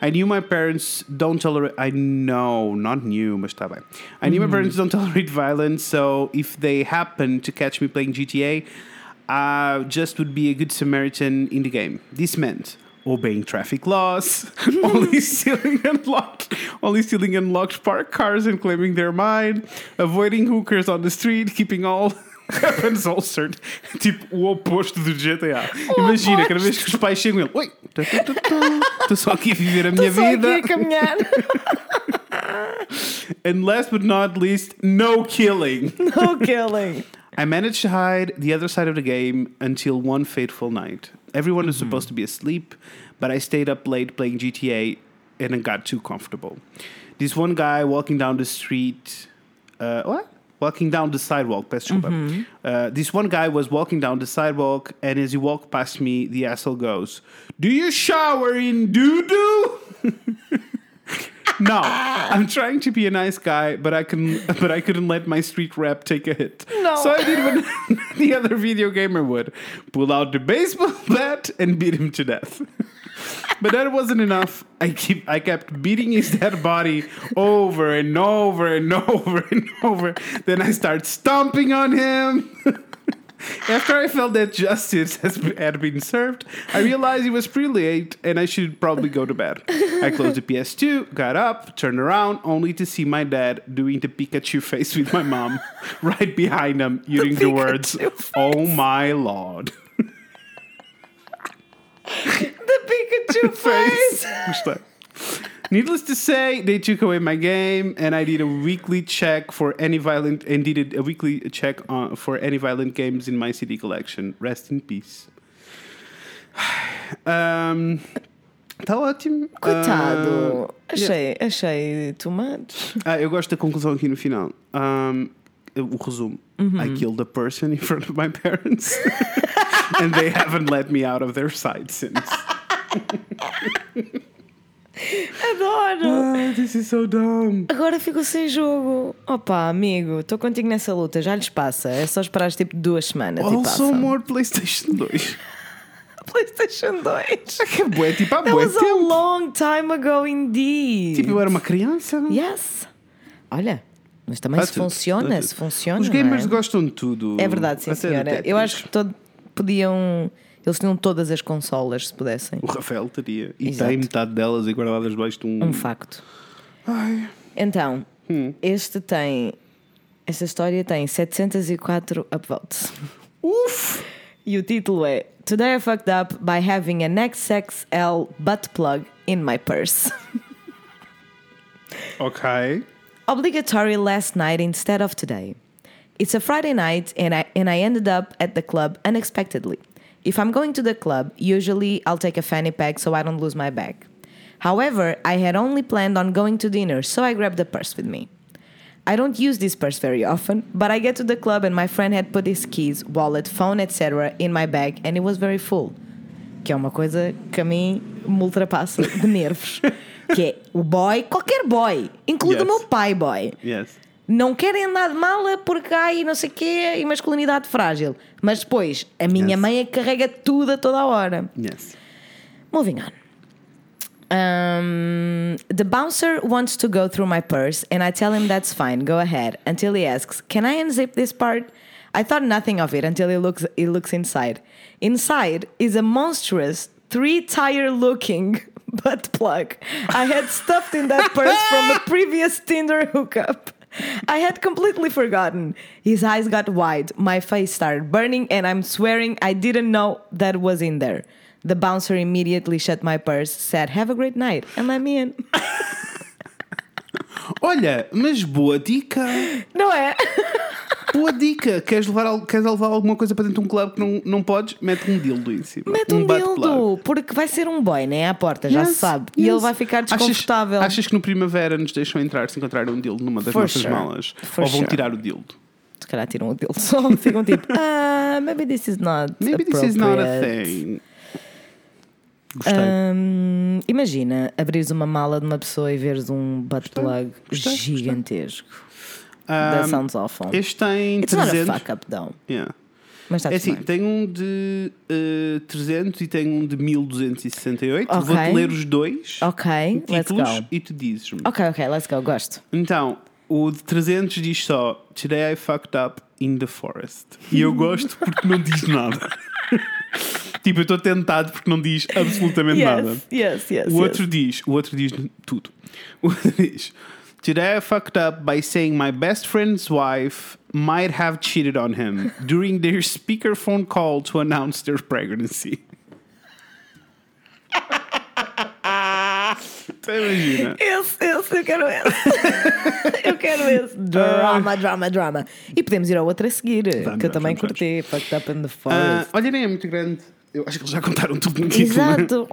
[SPEAKER 2] I knew my parents don't tolerate. I know, not new, mas tá bem. I knew my parents don't tolerate violence, so if they happen to catch me playing GTA, I just would be a good Samaritan in the game. This meant obeying traffic laws, only stealing unlocked, only stealing unlocked parked cars and claiming they're mine, avoiding hookers on the street, keeping all weapons holstered. Tipo o oposto do GTA. Imagina, cada vez que os pais chegam ele, oi, estou só aqui a viver a minha
[SPEAKER 1] Estou só
[SPEAKER 2] vida.
[SPEAKER 1] aqui a caminhar.
[SPEAKER 2] And last but not least, no killing.
[SPEAKER 1] No killing.
[SPEAKER 2] I managed to hide the other side of the game until one fateful night. Everyone was supposed to be asleep, but I stayed up late playing GTA and I got too comfortable. This one guy walking down the street. Uh, what? Walking down the sidewalk, peço desculpa. Uh, this one guy was walking down the sidewalk, and as he walked past me, the asshole goes, Do you shower in doo doo? No, I'm trying to be a nice guy, but I can, but I couldn't let my street rap take a hit.
[SPEAKER 1] No.
[SPEAKER 2] So I did what the other video gamer would: pull out the baseball bat and beat him to death. But that wasn't enough. I keep, I kept beating his dead body over and over and over and over. Then I start stomping on him. After I felt that justice has, had been served, I realized it was pretty late and I should probably go to bed. I closed the PS2, got up, turned around, only to see my dad doing the Pikachu face with my mom right behind him, using the, words,
[SPEAKER 1] Pikachu face.
[SPEAKER 2] Oh my lord.
[SPEAKER 1] The Pikachu face.
[SPEAKER 2] Gostei. Needless to say, they took away my game, and I did a weekly check for any violent and did a weekly check on, for any violent games in my CD collection. Rest in peace. Um, tá ótimo.
[SPEAKER 1] Coitado.
[SPEAKER 2] Ah,
[SPEAKER 1] achei, achei too much.
[SPEAKER 2] ah, eu gosto da conclusão aqui no final. Um, o resumo. I killed a person in front of my parents, and they haven't let me out of their sight since.
[SPEAKER 1] Ah. Adoro.
[SPEAKER 2] Ah, this is so dumb.
[SPEAKER 1] Agora ficou sem jogo. Opa, amigo, estou contigo nessa luta, já lhes passa. É só esperar tipo duas semanas e passa.
[SPEAKER 2] Also more PlayStation 2.
[SPEAKER 1] PlayStation 2.
[SPEAKER 2] Que bué, tipo, há
[SPEAKER 1] That
[SPEAKER 2] bué
[SPEAKER 1] was a
[SPEAKER 2] tempo.
[SPEAKER 1] long time ago indeed.
[SPEAKER 2] Tipo, eu era uma criança. não?
[SPEAKER 1] Yes. Olha, mas também
[SPEAKER 2] Há
[SPEAKER 1] se
[SPEAKER 2] tudo, há
[SPEAKER 1] funciona,
[SPEAKER 2] tudo.
[SPEAKER 1] se funciona.
[SPEAKER 2] Ah, Os
[SPEAKER 1] não é?
[SPEAKER 2] gamers gostam de tudo.
[SPEAKER 1] É verdade, sim,
[SPEAKER 2] Até do
[SPEAKER 1] senhora. Eu
[SPEAKER 2] Tetris.
[SPEAKER 1] acho que todo, podiam. Eles tinham todas as consolas, se pudessem.
[SPEAKER 2] O Rafael teria. E
[SPEAKER 1] Exato.
[SPEAKER 2] tem metade delas e guardadas debaixo de um.
[SPEAKER 1] Um facto. Então,
[SPEAKER 2] Hum.
[SPEAKER 1] este tem. Esta história tem 704 upvotes.
[SPEAKER 2] Uf!
[SPEAKER 1] E o título é Today I fucked up by having an XXL butt plug in my purse.
[SPEAKER 2] Ok.
[SPEAKER 1] Obligatory last night instead of today. It's a Friday night and I, and I ended up at the club unexpectedly. If I'm going to the club, usually I'll take a fanny pack so I don't lose my bag. However, I had only planned on going to dinner, so I grabbed the purse with me. I don't use this purse very often, but I get to the club and my friend had put his keys, wallet, phone, etc. in my bag and it was very full. Que é uma coisa que a mim me ultrapassa de nervos. que é o boy, qualquer boy, incluindo o
[SPEAKER 2] Yes.
[SPEAKER 1] meu pai boy,
[SPEAKER 2] Yes.
[SPEAKER 1] não querem andar de mala porque há e não sei o quê e masculinidade frágil. Mas depois, a minha
[SPEAKER 2] Yes.
[SPEAKER 1] mãe é que carrega tudo a toda a hora.
[SPEAKER 2] Yes.
[SPEAKER 1] Moving on. Um, the bouncer wants to go through my purse, and I tell him that's fine, go ahead. Until he asks, "Can I unzip this part?" I thought nothing of it until he looks. He looks inside. Inside is a monstrous three-tire-looking butt plug I had stuffed in that purse from a previous Tinder hookup. I had completely forgotten. His eyes got wide, my face started burning, and I'm swearing I didn't know that was in there. The bouncer immediately shut my purse, said, Have a great night, and let me in.
[SPEAKER 2] Olha, mas boa dica.
[SPEAKER 1] Não é?
[SPEAKER 2] Boa dica. Queres levar, al- queres levar alguma coisa para dentro de um clube que não, não podes? Mete um dildo em cima.
[SPEAKER 1] Mete um,
[SPEAKER 2] butt plug.
[SPEAKER 1] dildo, porque vai ser um boy, né? À porta, já se
[SPEAKER 2] Yes,
[SPEAKER 1] sabe. E
[SPEAKER 2] yes.
[SPEAKER 1] ele vai ficar
[SPEAKER 2] Achas-
[SPEAKER 1] desconfortável.
[SPEAKER 2] Achas, que no primavera nos deixam entrar se encontrarem um dildo numa das
[SPEAKER 1] For
[SPEAKER 2] nossas
[SPEAKER 1] sure.
[SPEAKER 2] malas?
[SPEAKER 1] For
[SPEAKER 2] Ou vão
[SPEAKER 1] sure.
[SPEAKER 2] tirar o dildo?
[SPEAKER 1] Se calhar tiram o dildo só, ficam tipo, ah, maybe this is not
[SPEAKER 2] Maybe this is not a
[SPEAKER 1] appropriate."
[SPEAKER 2] thing. Gostei.
[SPEAKER 1] Hum, imagina abrires uma mala de uma pessoa e veres um butt plug
[SPEAKER 2] gostei, gostei.
[SPEAKER 1] gigantesco.
[SPEAKER 2] Um,
[SPEAKER 1] That sounds awful.
[SPEAKER 2] Este tem
[SPEAKER 1] Ah, It's not a
[SPEAKER 2] 300.
[SPEAKER 1] fuck up, though.
[SPEAKER 2] Yeah.
[SPEAKER 1] Mas está
[SPEAKER 2] É
[SPEAKER 1] tudo
[SPEAKER 2] assim,
[SPEAKER 1] bem.
[SPEAKER 2] tem um de eh, 300 e tem um de 1268.
[SPEAKER 1] Ok.
[SPEAKER 2] Vou-te ler os dois
[SPEAKER 1] Ok, let's
[SPEAKER 2] títulos
[SPEAKER 1] go.
[SPEAKER 2] e tu dizes-me.
[SPEAKER 1] Ok, ok, let's go, gosto.
[SPEAKER 2] Então, o de 300 diz só Today I fucked up in the forest. E eu gosto porque não diz nada. tipo, eu estou tentado porque não diz absolutamente nada.
[SPEAKER 1] Yes, yes, yes.
[SPEAKER 2] O outro diz, o outro diz tudo. O outro diz Today I fucked up by saying my best friend's wife might have cheated on him during their speakerphone call to announce their pregnancy. Então, Imagina.
[SPEAKER 1] Esse, esse, eu quero esse. eu quero esse.
[SPEAKER 2] Ah.
[SPEAKER 1] Drama, drama, drama. E podemos ir ao outro a seguir, que eu
[SPEAKER 2] vamos,
[SPEAKER 1] também
[SPEAKER 2] vamos.
[SPEAKER 1] curti. Fucked up in the
[SPEAKER 2] Ah,
[SPEAKER 1] forest.
[SPEAKER 2] olha, nem é muito grande. Eu acho que eles já contaram tudo no título. né?
[SPEAKER 1] Exato.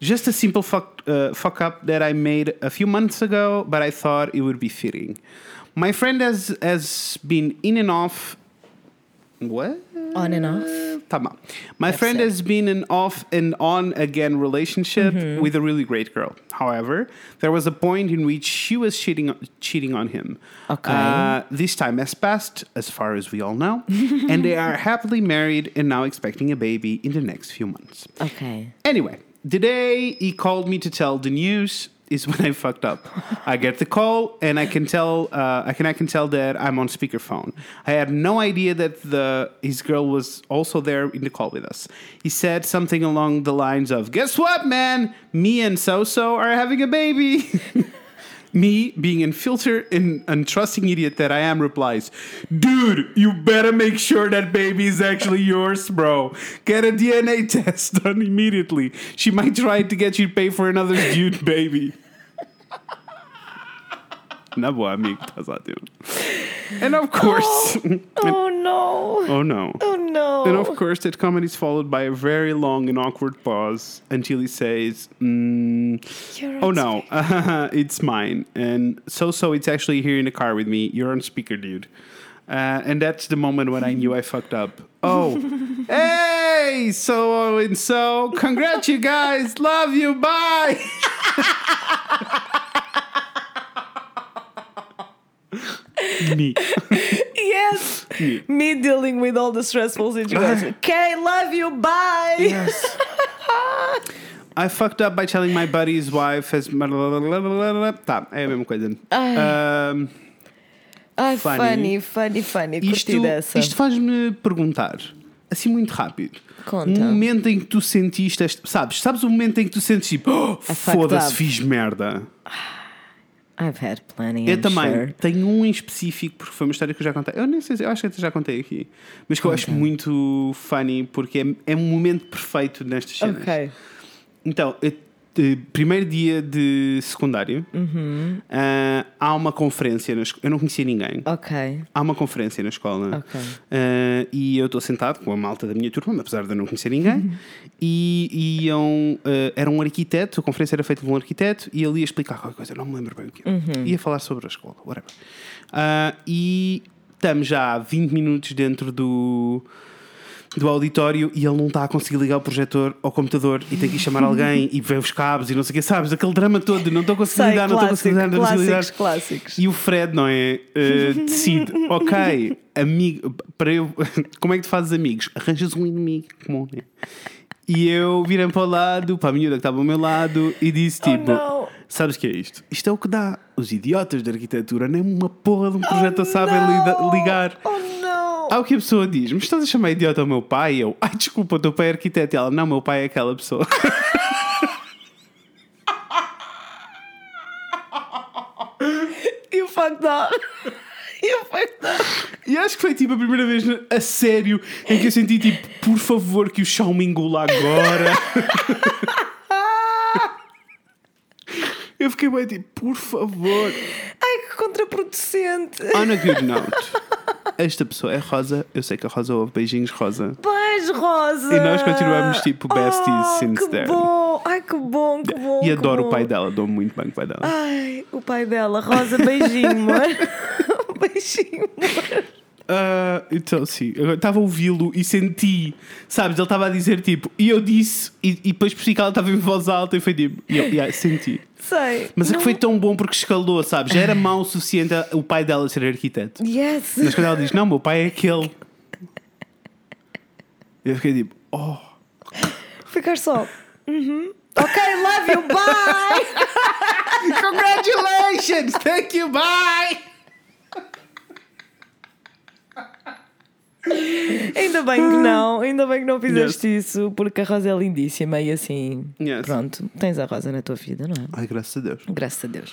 [SPEAKER 2] Just a simple fuck, uh, fuck up that I made a few months ago, but I thought it would be fitting. My friend has, has been in and off. What?
[SPEAKER 1] On and off.
[SPEAKER 2] Tá mal. My friend
[SPEAKER 1] ser.
[SPEAKER 2] has been an off and on again relationship with a really great girl. However, there was a point in which she was cheating cheating on him.
[SPEAKER 1] Okay.
[SPEAKER 2] Uh, this time has passed, as far as we all know, and they are happily married and now expecting a baby in the next few months.
[SPEAKER 1] Ok.
[SPEAKER 2] Anyway, the day he called me to tell the news is when I fucked up. I get the call and I can tell uh, I can I can tell that I'm on speakerphone. I had no idea that the his girl was also there in the call with us. He said something along the lines of, "Guess what, man? Me and so so are having a baby." Me, being an filter and untrusting idiot that I am, replies, Dude, you better make sure that baby is actually yours, bro. Get a DNA test done immediately. She might try to get you to pay for another dude baby. Na boa, amigo, estás ótimo. And of course,
[SPEAKER 1] Oh no.
[SPEAKER 2] oh no.
[SPEAKER 1] Oh no.
[SPEAKER 2] And of course, that comment is followed by a very long and awkward pause until he says, mm,
[SPEAKER 1] You're
[SPEAKER 2] Oh
[SPEAKER 1] on
[SPEAKER 2] no, it's mine. And so, so it's actually here in the car with me. You're on speaker, dude. Uh, and that's the moment when I knew I fucked up. Oh, hey, so and so, congrats, you guys. Love you. Bye. me.
[SPEAKER 1] Yes. Me dealing with all the
[SPEAKER 2] Ah.
[SPEAKER 1] stressful situations. okay, love you, bye.
[SPEAKER 2] Yes. I fucked up by telling my buddy's wife has. Tá, é a mesma coisa. Um,
[SPEAKER 1] Ai, funny,
[SPEAKER 2] Funny.
[SPEAKER 1] funny, funny.
[SPEAKER 2] isto
[SPEAKER 1] Curti dessa.
[SPEAKER 2] isto faz-me perguntar, assim muito rápido.
[SPEAKER 1] Conta.
[SPEAKER 2] Um momento em que tu sentiste. este- sabes, sabes o momento em que tu sentes tipo, "Oh,
[SPEAKER 1] É fucked
[SPEAKER 2] foda-se,
[SPEAKER 1] up."
[SPEAKER 2] fiz merda.
[SPEAKER 1] I've had plenty.
[SPEAKER 2] Eu
[SPEAKER 1] I'm
[SPEAKER 2] é também
[SPEAKER 1] sure.
[SPEAKER 2] tenho um em específico, porque foi uma história que eu já contei. Eu nem sei, se- eu acho que até já contei aqui. Mas que eu acho muito funny, porque é, é um momento perfeito nestas cenas.
[SPEAKER 1] Ok.
[SPEAKER 2] Então, eu eh, primeiro dia de secundário, ah, há uma conferência. Na, esco- eu não conhecia ninguém.
[SPEAKER 1] Ok.
[SPEAKER 2] Há uma conferência na escola
[SPEAKER 1] Ok.
[SPEAKER 2] ah, e eu estou sentado com a malta da minha turma, apesar de eu não conhecer ninguém. E iam, ah, era um arquiteto, a conferência era feita por um arquiteto e ele ia explicar qualquer coisa, não me lembro bem o que era.
[SPEAKER 1] Uhum.
[SPEAKER 2] Ia falar sobre a escola, whatever. Ah, e estamos já há 20 minutos dentro do, do auditório e ele não está a conseguir ligar o projetor ao computador e tem que ir chamar alguém e ver os cabos e não sei o que, sabes? Aquele drama todo, não estou a conseguir
[SPEAKER 1] Sei,
[SPEAKER 2] lidar, não estou a conseguir lidar, não estou a conseguir lidar.
[SPEAKER 1] clássicos, clássicos.
[SPEAKER 2] E o Fred, não é? Eh, decide, ok, amigo, para eu, como é que tu fazes amigos? Arranjas um inimigo comum, né? E eu virei para o lado, para a miúda que estava ao meu lado e disse tipo:
[SPEAKER 1] não.
[SPEAKER 2] Sabes o que é isto? Isto é o que dá. Os idiotas da arquitetura, nem uma porra de um projeto sabem lida- ligar. Ah.
[SPEAKER 1] Oh não!
[SPEAKER 2] Há o que a pessoa diz, mas estás a chamar idiota ao meu pai? E Eu, ai desculpa, o teu pai é arquiteto. E ela, não, meu pai é aquela pessoa.
[SPEAKER 1] You fucked up! You fucked up!
[SPEAKER 2] E acho que foi tipo a primeira vez na- a sério em que eu senti tipo, por favor, que o chão me engula agora. eu fiquei bem tipo, por favor.
[SPEAKER 1] Ai que contraproducente!
[SPEAKER 2] On a good note, esta pessoa é Rosa. Eu sei que a Rosa ouve beijinhos, Rosa.
[SPEAKER 1] Pois, Rosa!
[SPEAKER 2] E nós continuamos, tipo, besties
[SPEAKER 1] oh,
[SPEAKER 2] since
[SPEAKER 1] que
[SPEAKER 2] then.
[SPEAKER 1] Bom. Ai que bom, que bom!
[SPEAKER 2] E
[SPEAKER 1] que
[SPEAKER 2] adoro
[SPEAKER 1] bom.
[SPEAKER 2] o pai dela, dou muito bem com o pai dela.
[SPEAKER 1] Ai, o pai dela, Rosa, beijinho, amor. beijinho, amor.
[SPEAKER 2] Ah, então, sim, eu estava a ouvi-lo e senti, sabes, ele estava a dizer tipo, e eu disse, e, e depois percebi que ela estava em voz alta e foi tipo, e eu, yeah, senti.
[SPEAKER 1] Sei.
[SPEAKER 2] Mas é
[SPEAKER 1] Não-
[SPEAKER 2] que foi tão bom porque escalou, sabes? Já era mau o suficiente a- o pai dela ser arquiteto.
[SPEAKER 1] Yes!
[SPEAKER 2] Mas quando ela diz, não, meu pai é aquele. Eu fiquei tipo, oh.
[SPEAKER 1] Ficar só. Uhum. Ok, love you, bye!
[SPEAKER 2] Congratulations! Thank you, bye!
[SPEAKER 1] ainda bem que não, ainda bem que não fizeste isso, porque a Rosa é lindíssima e assim.
[SPEAKER 2] Yes.
[SPEAKER 1] Pronto, tens a Rosa na tua vida, não é?
[SPEAKER 2] Ai, graças a Deus.
[SPEAKER 1] Graças a Deus.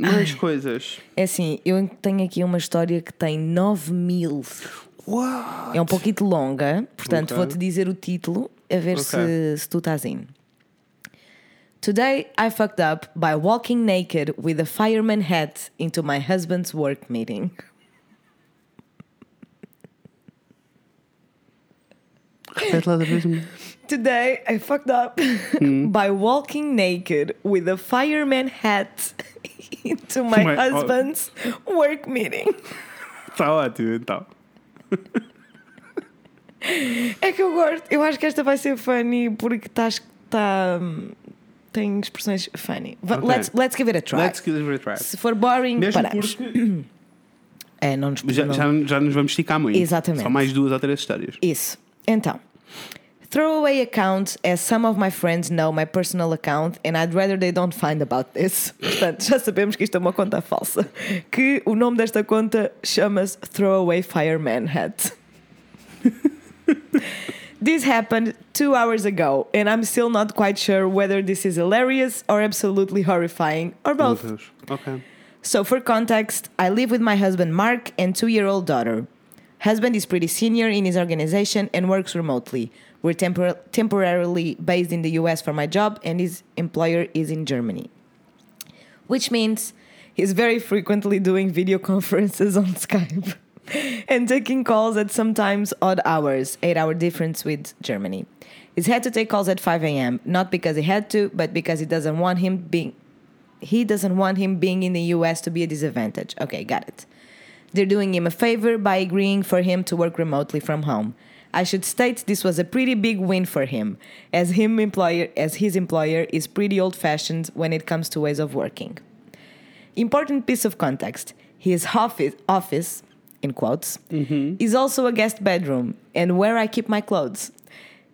[SPEAKER 2] mais coisas.
[SPEAKER 1] É assim, eu tenho aqui uma história que tem 9 mil.
[SPEAKER 2] Uau!
[SPEAKER 1] É um pouquinho longa, portanto
[SPEAKER 2] Ok.
[SPEAKER 1] vou-te dizer o título a ver se,
[SPEAKER 2] Ok.
[SPEAKER 1] se tu estás in. Today I fucked up by walking naked with a fireman hat into my husband's work meeting.
[SPEAKER 2] Repete lá da vez. Hum.
[SPEAKER 1] Today I fucked up by walking naked with a fireman hat into my
[SPEAKER 2] My- oh.
[SPEAKER 1] husband's work meeting.
[SPEAKER 2] Está ótimo, então.
[SPEAKER 1] É que eu gosto. Eu acho que esta vai ser funny porque estás. Tá, tem expressões funny. Va-
[SPEAKER 2] Ok.
[SPEAKER 1] Let's, let's give it a try.
[SPEAKER 2] Let's give it a try.
[SPEAKER 1] Se for boring,
[SPEAKER 2] Mesmo
[SPEAKER 1] paramos.
[SPEAKER 2] porque
[SPEAKER 1] É, não nos
[SPEAKER 2] já,
[SPEAKER 1] não-
[SPEAKER 2] já, já nos vamos esticar muito.
[SPEAKER 1] Exatamente.
[SPEAKER 2] Só mais duas ou três histórias.
[SPEAKER 1] Isso. Então. Throwaway account, as some of my friends know my personal account, and I'd rather they don't find about this. Portanto, já sabemos que isto é uma conta falsa. Que o nome desta conta chama-se Throwaway Fireman Hat. This happened two hours ago, and I'm still not quite sure whether this is hilarious or absolutely horrifying, or
[SPEAKER 2] Meu
[SPEAKER 1] both.
[SPEAKER 2] Deus. Ok.
[SPEAKER 1] So, for context, I live with my husband Mark and two year old daughter. Husband is pretty senior in his organization and works remotely. We're tempor- temporarily based in the US for my job, and his employer is in Germany. Which means he's very frequently doing video conferences on Skype and taking calls at sometimes odd hours, eight hour difference with Germany. He's had to take calls at 5 a.m., not because he had to, but because he doesn't want him being he doesn't want him being in the US to be a disadvantage. Okay, got it. They're doing him a favor by agreeing for him to work remotely from home. I should state this was a pretty big win for him, as him employer as his employer is pretty old-fashioned when it comes to ways of working. Important piece of context. His office office in quotes is also a guest bedroom and where I keep my clothes.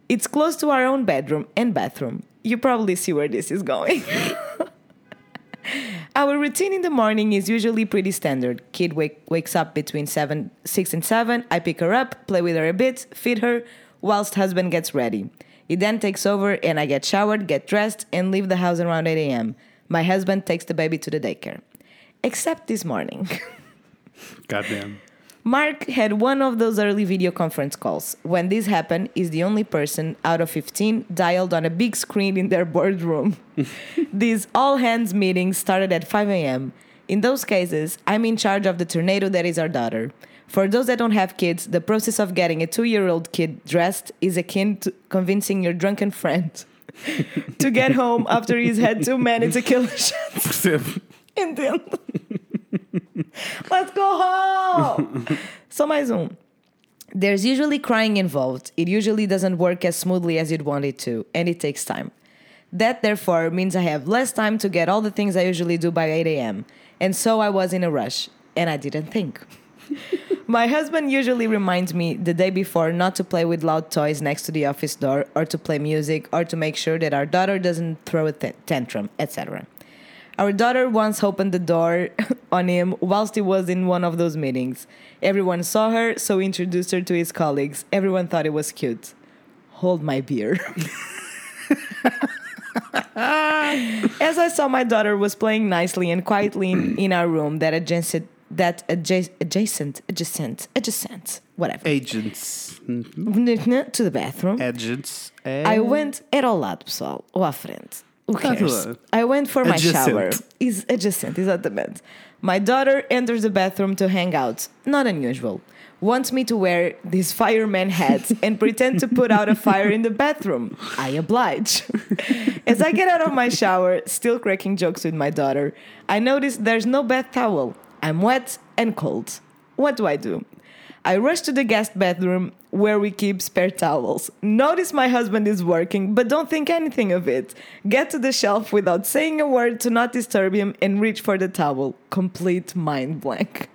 [SPEAKER 1] It's close to our own bedroom and bathroom. You probably see where this is going. Our routine in the morning is usually pretty standard. Kid wake, wakes up between seven, six and seven. I pick her up, play with her a bit, feed her, whilst husband gets ready. He then takes over, and I get showered, get dressed, and leave the house around 8 a.m. My husband takes the baby to the daycare. Except this morning.
[SPEAKER 2] Goddamn.
[SPEAKER 1] Mark had one of those early video conference calls. When this happened, he's the only person out of 15 dialed on a big screen in their boardroom. These all hands meetings started at 5 a.m. In those cases, I'm in charge of the tornado that is our daughter. For those that don't have kids, the process of getting a two year old kid dressed is akin to convincing your drunken friend to get home after he's had too many tequila shots.
[SPEAKER 2] Percebo.
[SPEAKER 1] Entendo. Let's go home! Só mais um. There's usually crying involved. It usually doesn't work as smoothly as you'd want it to, and it takes time. That, therefore, means I have less time to get all the things I usually do by 8 a.m., and so I was in a rush, and I didn't think. My husband usually reminds me the day before not to play with loud toys next to the office door, or to play music, or to make sure that our daughter doesn't throw a t- tantrum, etc. Our daughter once opened the door on him whilst he was in one of those meetings. Everyone saw her, so he introduced her to his colleagues. Everyone thought it was cute. Hold my beer. As I saw my daughter was playing nicely and quietly in, in our room that adjacent that adja- adjacent adjacent adjacent whatever
[SPEAKER 2] Agents.
[SPEAKER 1] to the bathroom.
[SPEAKER 2] Agents.
[SPEAKER 1] I went era ao lado, pessoal, ou à frente. Who
[SPEAKER 2] Tá
[SPEAKER 1] cares?
[SPEAKER 2] tudo.
[SPEAKER 1] I went for my
[SPEAKER 2] Adjacent.
[SPEAKER 1] shower. Is adjacent, exatamente. My daughter enters the bathroom to hang out. Not unusual. Wants me to wear this fireman hat and pretend to put out a fire in the bathroom. I oblige. As I get out of my shower, still cracking jokes with my daughter, I notice there's no bath towel. I'm wet and cold. What do I do? I rush to the guest bedroom where we keep spare towels. Notice my husband is working, but don't think anything of it. Get to the shelf without saying a word to not disturb him and reach for the towel. Complete mind blank.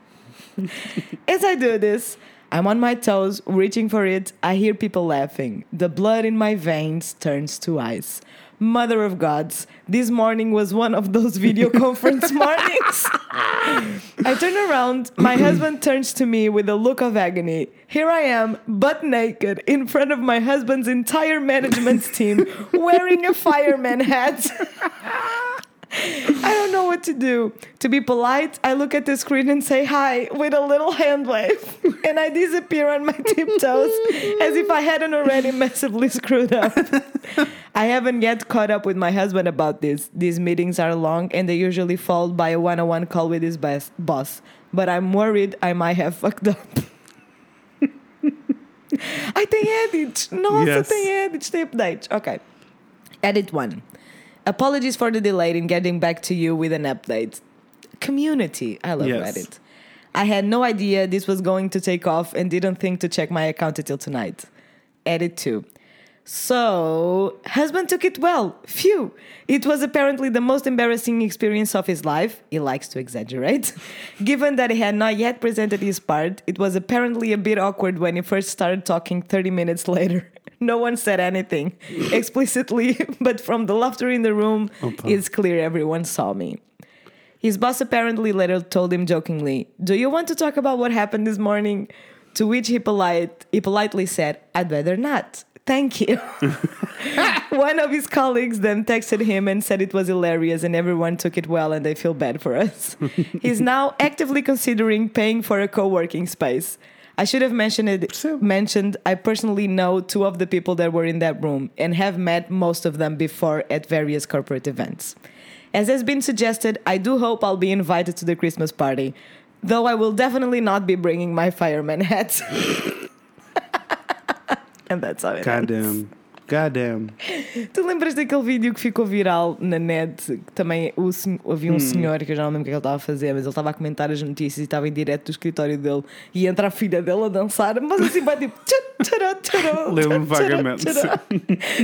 [SPEAKER 1] As I do this, I'm on my toes, reaching for it. I hear people laughing. The blood in my veins turns to ice. Mother of gods, this morning was one of those video conference mornings. I turn around. My husband turns to me with a look of agony. Here I am, butt naked, in front of my husband's entire management team, wearing a fireman hat. I don't know what to do. To be polite, I look at the screen and say hi with a little hand wave, and I disappear on my tiptoes as if I hadn't already massively screwed up. I haven't yet caught up with my husband about this. These meetings are long and they usually followed by a one on one call with his best boss, but I'm worried I might have fucked up. Ai, tem edits! Nossa,
[SPEAKER 2] Yes.
[SPEAKER 1] tem edits, tem updates. Ok. Edit 1. Apologies for the delay in getting back to you with an update. Community. I love
[SPEAKER 2] Yes.
[SPEAKER 1] Reddit. I had no idea this was going to take off and didn't think to check my account until tonight. Edit 2. So, husband took it well. Phew. It was apparently the most embarrassing experience of his life. He likes to exaggerate. Given that he had not yet presented his part, it was apparently a bit awkward when he first started talking 30 minutes later. No one said anything explicitly, but from the laughter in the room, it's clear everyone saw me. His boss apparently later told him jokingly, Do you want to talk about what happened this morning? To which he, polite, he politely said, I'd better not. Thank you. One of his colleagues then texted him and said it was hilarious and everyone took it well and they feel bad for us. He's now actively considering paying for a co working space. I should have mentioned it, mentioned I personally know two of the people that were in that room and have met most of them before at various corporate events. As has been suggested, I do hope I'll be invited to the Christmas party, though I will definitely not be bringing my fireman hat. and that's how it ends.
[SPEAKER 2] Goddamn. Goddamn.
[SPEAKER 1] Tu lembras daquele vídeo que ficou viral na net? Que também o sen- havia um
[SPEAKER 2] Hum.
[SPEAKER 1] senhor que eu já não lembro o que é que ele estava a fazer, mas ele estava a comentar as notícias e estava em direto do escritório dele e entra a filha dele a dançar, mas assim vai tipo. tchá, tchará, tchará,
[SPEAKER 2] Lembro-me
[SPEAKER 1] tchá, tchará,
[SPEAKER 2] vagamente,
[SPEAKER 1] tchará.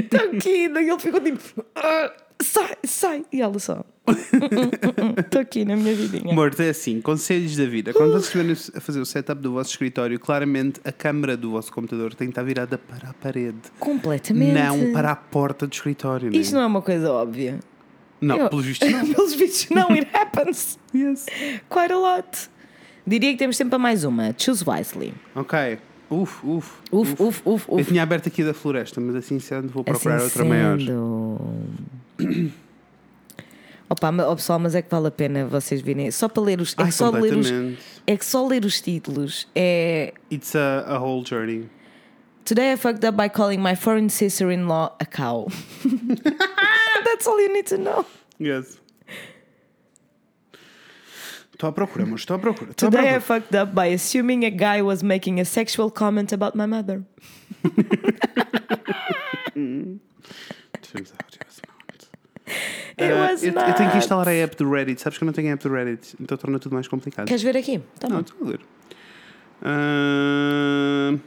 [SPEAKER 1] Tão quina! E Tá ele ficou tipo. "Ah, sai, sai! E ela só. "Hum, Estou hum, aqui na minha vidinha.
[SPEAKER 2] Morto é assim, conselhos da vida. Quando vocês estiverem a fazer o setup do vosso escritório, claramente a câmara do vosso computador tem que estar virada para a parede,
[SPEAKER 1] Completamente.
[SPEAKER 2] não para a porta do escritório. né?
[SPEAKER 1] Isto não é uma coisa óbvia.
[SPEAKER 2] Não,
[SPEAKER 1] Eu-
[SPEAKER 2] pelo visto não.
[SPEAKER 1] Pelos vistos, não, it happens. Yes. Quite a lot. Diria que temos tempo para mais uma. Choose wisely.
[SPEAKER 2] Ok. Uf, uf.
[SPEAKER 1] Uf, Assim uf, uf,
[SPEAKER 2] Eu
[SPEAKER 1] uf.
[SPEAKER 2] tinha aberto aqui da floresta, mas assim sendo vou procurar
[SPEAKER 1] Assim
[SPEAKER 2] outra maior.
[SPEAKER 1] sendo. Opa, ma- oh, pessoal, mas é que vale a pena vocês virem. Só para ler os. É,
[SPEAKER 2] Ai,
[SPEAKER 1] que, só ler os,
[SPEAKER 2] completamente.
[SPEAKER 1] é que só ler os títulos é.
[SPEAKER 2] It's a, a whole journey.
[SPEAKER 1] Today I fucked up by calling my foreign sister in law a cow. That's all you need to know.
[SPEAKER 2] Yes. Estou à procura, mas estou à procura. Estou à
[SPEAKER 1] Today I
[SPEAKER 2] procura.
[SPEAKER 1] fucked up by assuming a guy was making a sexual comment about my mother.
[SPEAKER 2] Turns out it was not.
[SPEAKER 1] It
[SPEAKER 2] Ah,
[SPEAKER 1] was
[SPEAKER 2] eu, eu tenho que
[SPEAKER 1] not.
[SPEAKER 2] instalar a app do Reddit. Sabes que eu não tenho a app do Reddit, então torna tudo mais complicado.
[SPEAKER 1] Queres ver aqui? Tá
[SPEAKER 2] Não,
[SPEAKER 1] bom.
[SPEAKER 2] estou a ler. Ahm,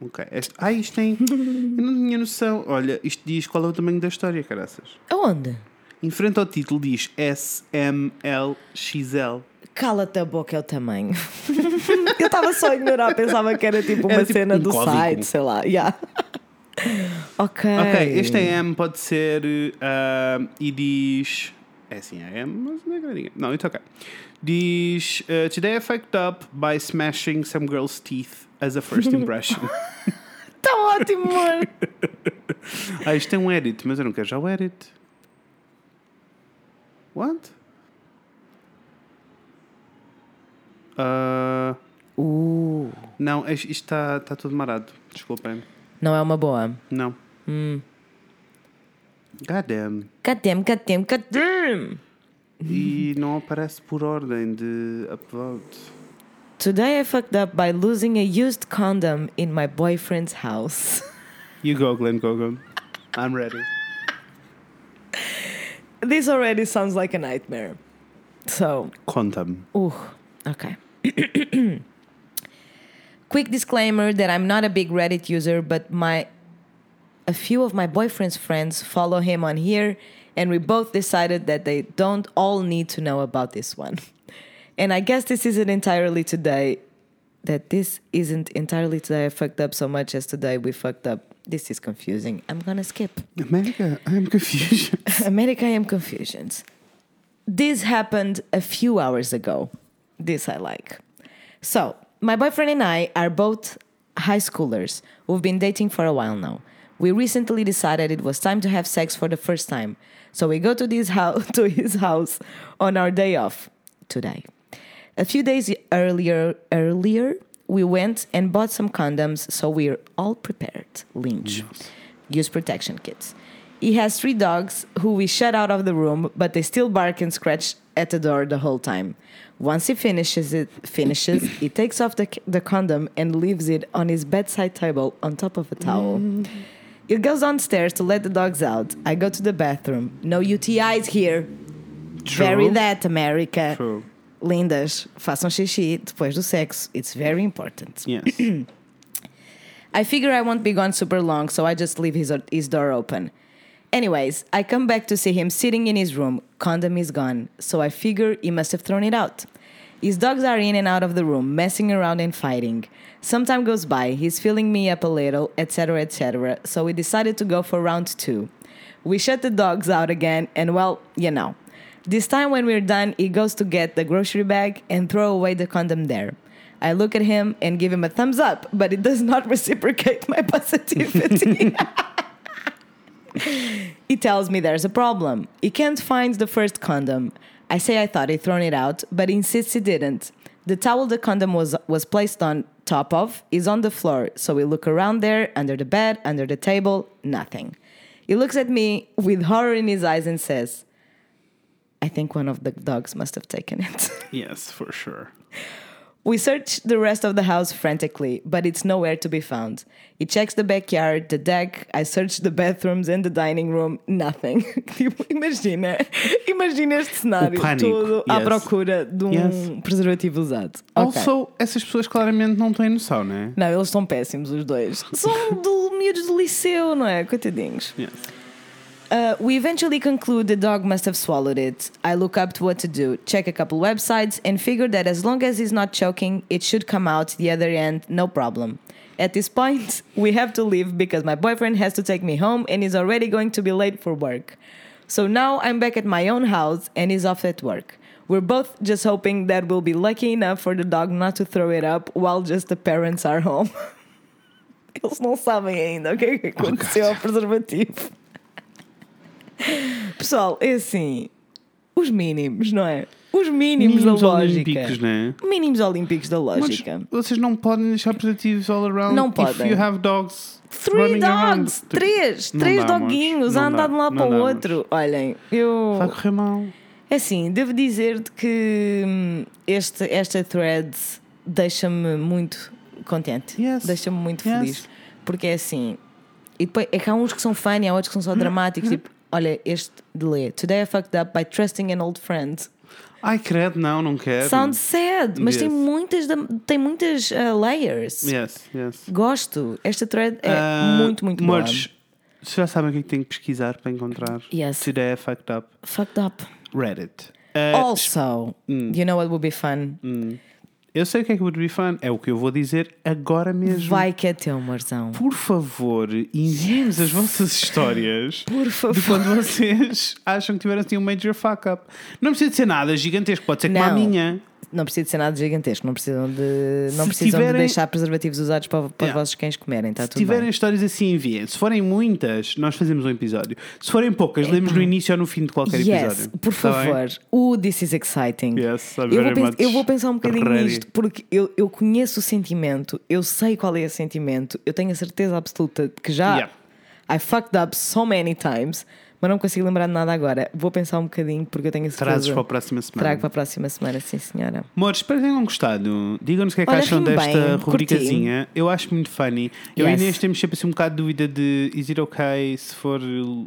[SPEAKER 2] ok. Este- ah, isto tem. Eu não tinha noção. Olha, isto diz qual é o tamanho da história, caraças.
[SPEAKER 1] Aonde?
[SPEAKER 2] Em frente ao título diz SMLXL.
[SPEAKER 1] Cala-te a boca, é o tamanho. eu estava só a ignorar, pensava que era tipo uma
[SPEAKER 2] Era tipo
[SPEAKER 1] cena
[SPEAKER 2] um
[SPEAKER 1] do
[SPEAKER 2] código.
[SPEAKER 1] site, sei lá. Yeah. Ok.
[SPEAKER 2] Ok, este AM pode ser. ahm, e diz. É assim, AM, mas não é grandinha. Não, it's ok. Diz. eh, Today I fucked up by smashing some girl's teeth as a first impression. é-
[SPEAKER 1] Tá ótimo, amor.
[SPEAKER 2] Ah, isto tem um edit, mas eu não quero já o edit. What? Ah,
[SPEAKER 1] Uh,
[SPEAKER 2] não, isto está tá tudo marado. Desculpem.
[SPEAKER 1] não é uma boa.
[SPEAKER 2] Não. Hum. God damn.
[SPEAKER 1] Cadê-me, cadê-me, cadê-me?
[SPEAKER 2] E não aparece por ordem de upload.
[SPEAKER 1] Today I fucked up by losing a used condom in my boyfriend's house.
[SPEAKER 2] You go, Glenn Gogan. I'm ready.
[SPEAKER 1] This already sounds like a nightmare. So,
[SPEAKER 2] Conta-me.
[SPEAKER 1] Ooh, okay. Quick disclaimer that I'm not a big Reddit user, but my a few of my boyfriend's friends follow him on here, and we both decided that they don't all need to know about this one. And I guess this isn't entirely today that this isn't entirely today I fucked up so much as today we fucked up. This is confusing. I'm gonna skip.
[SPEAKER 2] America, I'm confused.
[SPEAKER 1] America, I am confusions. This happened a few hours ago. This I like. So, my boyfriend and I are both high schoolers who've been dating for a while now. We recently decided it was time to have sex for the first time. So we go to this house to his house on our day off today. A few days earlier earlier, we went and bought some condoms, so we're all prepared. Lynch. Use protection kits. He has three dogs who we shut out of the room, but they still bark and scratch at the door the whole time. Once he finishes it, finishes, he takes off the, c- the condom and leaves it on his bedside table on top of a towel. He goes downstairs to let the dogs out. I go to the bathroom. No UTIs here. Bury that, America.
[SPEAKER 2] True.
[SPEAKER 1] Lindas, façam xixi depois do sexo. It's very important.
[SPEAKER 2] Yes.
[SPEAKER 1] I figure I won't be gone super long, so I just leave his, his door open. Anyways, I come back to see him sitting in his room. Condom is gone, so I figure he must have thrown it out. His dogs are in and out of the room, messing around and fighting. Some time goes by, he's filling me up a little, etc., etc., so we decided to go for round two. We shut the dogs out again, and well, you know. This time, when we're done, he goes to get the grocery bag and throw away the condom there. I look at him and give him a thumbs up, but it does not reciprocate my positivity. he tells me there's a problem. He can't find the first condom. I say I thought he'd thrown it out, but he insists he didn't. The towel the condom was, was placed on top of is on the floor, so we look around there, under the bed, under the table, nothing. He looks at me with horror in his eyes and says, I think one of the dogs must have taken it.
[SPEAKER 2] yes, for sure.
[SPEAKER 1] We search the rest of the house frantically, but it's nowhere to be found. He checks the backyard, the deck, I search the bathrooms and the dining room, nothing. tipo, imagina, imagina este cenário
[SPEAKER 2] pânico,
[SPEAKER 1] todo à
[SPEAKER 2] yes.
[SPEAKER 1] procura de um
[SPEAKER 2] Yes.
[SPEAKER 1] preservativo usado. Ok.
[SPEAKER 2] Also, essas pessoas claramente não têm noção, não é?
[SPEAKER 1] Não, eles são péssimos os dois. São do, miúdos do liceu, não é? Coitadinhos.
[SPEAKER 2] Yes.
[SPEAKER 1] Uh, we eventually conclude the dog must have swallowed it. I look up to what to do, check a couple websites, and figure that as long as he's not choking, it should come out the other end, no problem. At this point, we have to leave because my boyfriend has to take me home and is already going to be late for work. So now I'm back at my own house and he's off at work. We're both just hoping that we'll be lucky enough for the dog not to throw it up while just the parents are home. Eles não sabem ainda o que é que aconteceu ao preservativo. Pessoal, é assim. os mínimos, não é? Os mínimos,
[SPEAKER 2] Mínimos
[SPEAKER 1] da lógica.
[SPEAKER 2] olímpicos, não é?
[SPEAKER 1] Mínimos olímpicos da
[SPEAKER 2] Mas
[SPEAKER 1] lógica.
[SPEAKER 2] vocês não podem deixar positivos all around.
[SPEAKER 1] Não
[SPEAKER 2] if
[SPEAKER 1] podem.
[SPEAKER 2] you have dogs.
[SPEAKER 1] Three
[SPEAKER 2] running around.
[SPEAKER 1] dogs!
[SPEAKER 2] Tipo,
[SPEAKER 1] Três!
[SPEAKER 2] não
[SPEAKER 1] Três
[SPEAKER 2] dá,
[SPEAKER 1] doguinhos
[SPEAKER 2] manos. Não
[SPEAKER 1] a andar de um
[SPEAKER 2] dá,
[SPEAKER 1] lado para
[SPEAKER 2] não
[SPEAKER 1] o
[SPEAKER 2] dá,
[SPEAKER 1] outro. Olhem, eu.
[SPEAKER 2] Vai correr mal.
[SPEAKER 1] É Assim, devo dizer-te que hum, este, esta thread deixa-me muito contente.
[SPEAKER 2] Yes.
[SPEAKER 1] Deixa-me muito
[SPEAKER 2] Yes.
[SPEAKER 1] feliz. Porque é assim. E depois é que há uns que são fã e há outros que são
[SPEAKER 2] Uhum.
[SPEAKER 1] só dramáticos. tipo, olha, este de lê. Today I fucked up by trusting an old friend.
[SPEAKER 2] Ai, credo, não, não quero.
[SPEAKER 1] Sounds sad, mas tem
[SPEAKER 2] Yes.
[SPEAKER 1] muitas, da- tem muitas ah, layers.
[SPEAKER 2] Yes, yes.
[SPEAKER 1] Gosto. Esta thread é
[SPEAKER 2] Ah,
[SPEAKER 1] muito, muito boa.
[SPEAKER 2] Merch, vocês já sabem o que é que tenho que pesquisar para encontrar.
[SPEAKER 1] Yes.
[SPEAKER 2] Today I fucked up.
[SPEAKER 1] Fucked up.
[SPEAKER 2] Reddit. Ah,
[SPEAKER 1] Oh. also,
[SPEAKER 2] Hum.
[SPEAKER 1] you know what would be fun?
[SPEAKER 2] Eu sei o que é que would be fun. É o que eu vou dizer agora mesmo.
[SPEAKER 1] Vai que é teu, Marzão.
[SPEAKER 2] Por favor, enviem-nos as vossas histórias
[SPEAKER 1] Por favor.
[SPEAKER 2] de quando vocês acham que tiveram assim um major fuck up. Não precisa de ser nada gigantesco, pode ser como a
[SPEAKER 1] Não. Tá
[SPEAKER 2] minha.
[SPEAKER 1] Não precisa de ser nada gigantesco, não precisam de, não
[SPEAKER 2] Se
[SPEAKER 1] precisam de
[SPEAKER 2] tiverem-
[SPEAKER 1] deixar preservativos usados para, para
[SPEAKER 2] Yeah.
[SPEAKER 1] os vossos cães comerem, está
[SPEAKER 2] Se
[SPEAKER 1] tudo
[SPEAKER 2] tiverem
[SPEAKER 1] bem.
[SPEAKER 2] histórias assim, enviem. Se forem muitas, nós fazemos um episódio. Se forem poucas, lemos no início ou no fim de qualquer
[SPEAKER 1] Yes,
[SPEAKER 2] episódio.
[SPEAKER 1] por
[SPEAKER 2] Tá bem?
[SPEAKER 1] favor. O This is exciting.
[SPEAKER 2] Yes, I'm
[SPEAKER 1] eu, vou
[SPEAKER 2] very
[SPEAKER 1] pens-
[SPEAKER 2] much
[SPEAKER 1] eu vou pensar um bocadinho
[SPEAKER 2] ready.
[SPEAKER 1] nisto, porque eu, eu conheço o sentimento, eu sei qual é o sentimento, eu tenho a certeza absoluta de que já
[SPEAKER 2] Yeah.
[SPEAKER 1] I fucked up so many times, mas não consigo lembrar de nada agora. Vou pensar um bocadinho porque eu tenho a certeza.
[SPEAKER 2] Trazes para a próxima semana.
[SPEAKER 1] Trago para a próxima semana, sim, senhora.
[SPEAKER 2] Amores, espero que tenham gostado. Digam-nos o que é que
[SPEAKER 1] Olha,
[SPEAKER 2] acham
[SPEAKER 1] ri-me
[SPEAKER 2] desta
[SPEAKER 1] bem,
[SPEAKER 2] rubricazinha. Eu acho muito funny. Eu e
[SPEAKER 1] Yes.
[SPEAKER 2] Inês temos sempre assim um bocado de dúvida de is it okay se for.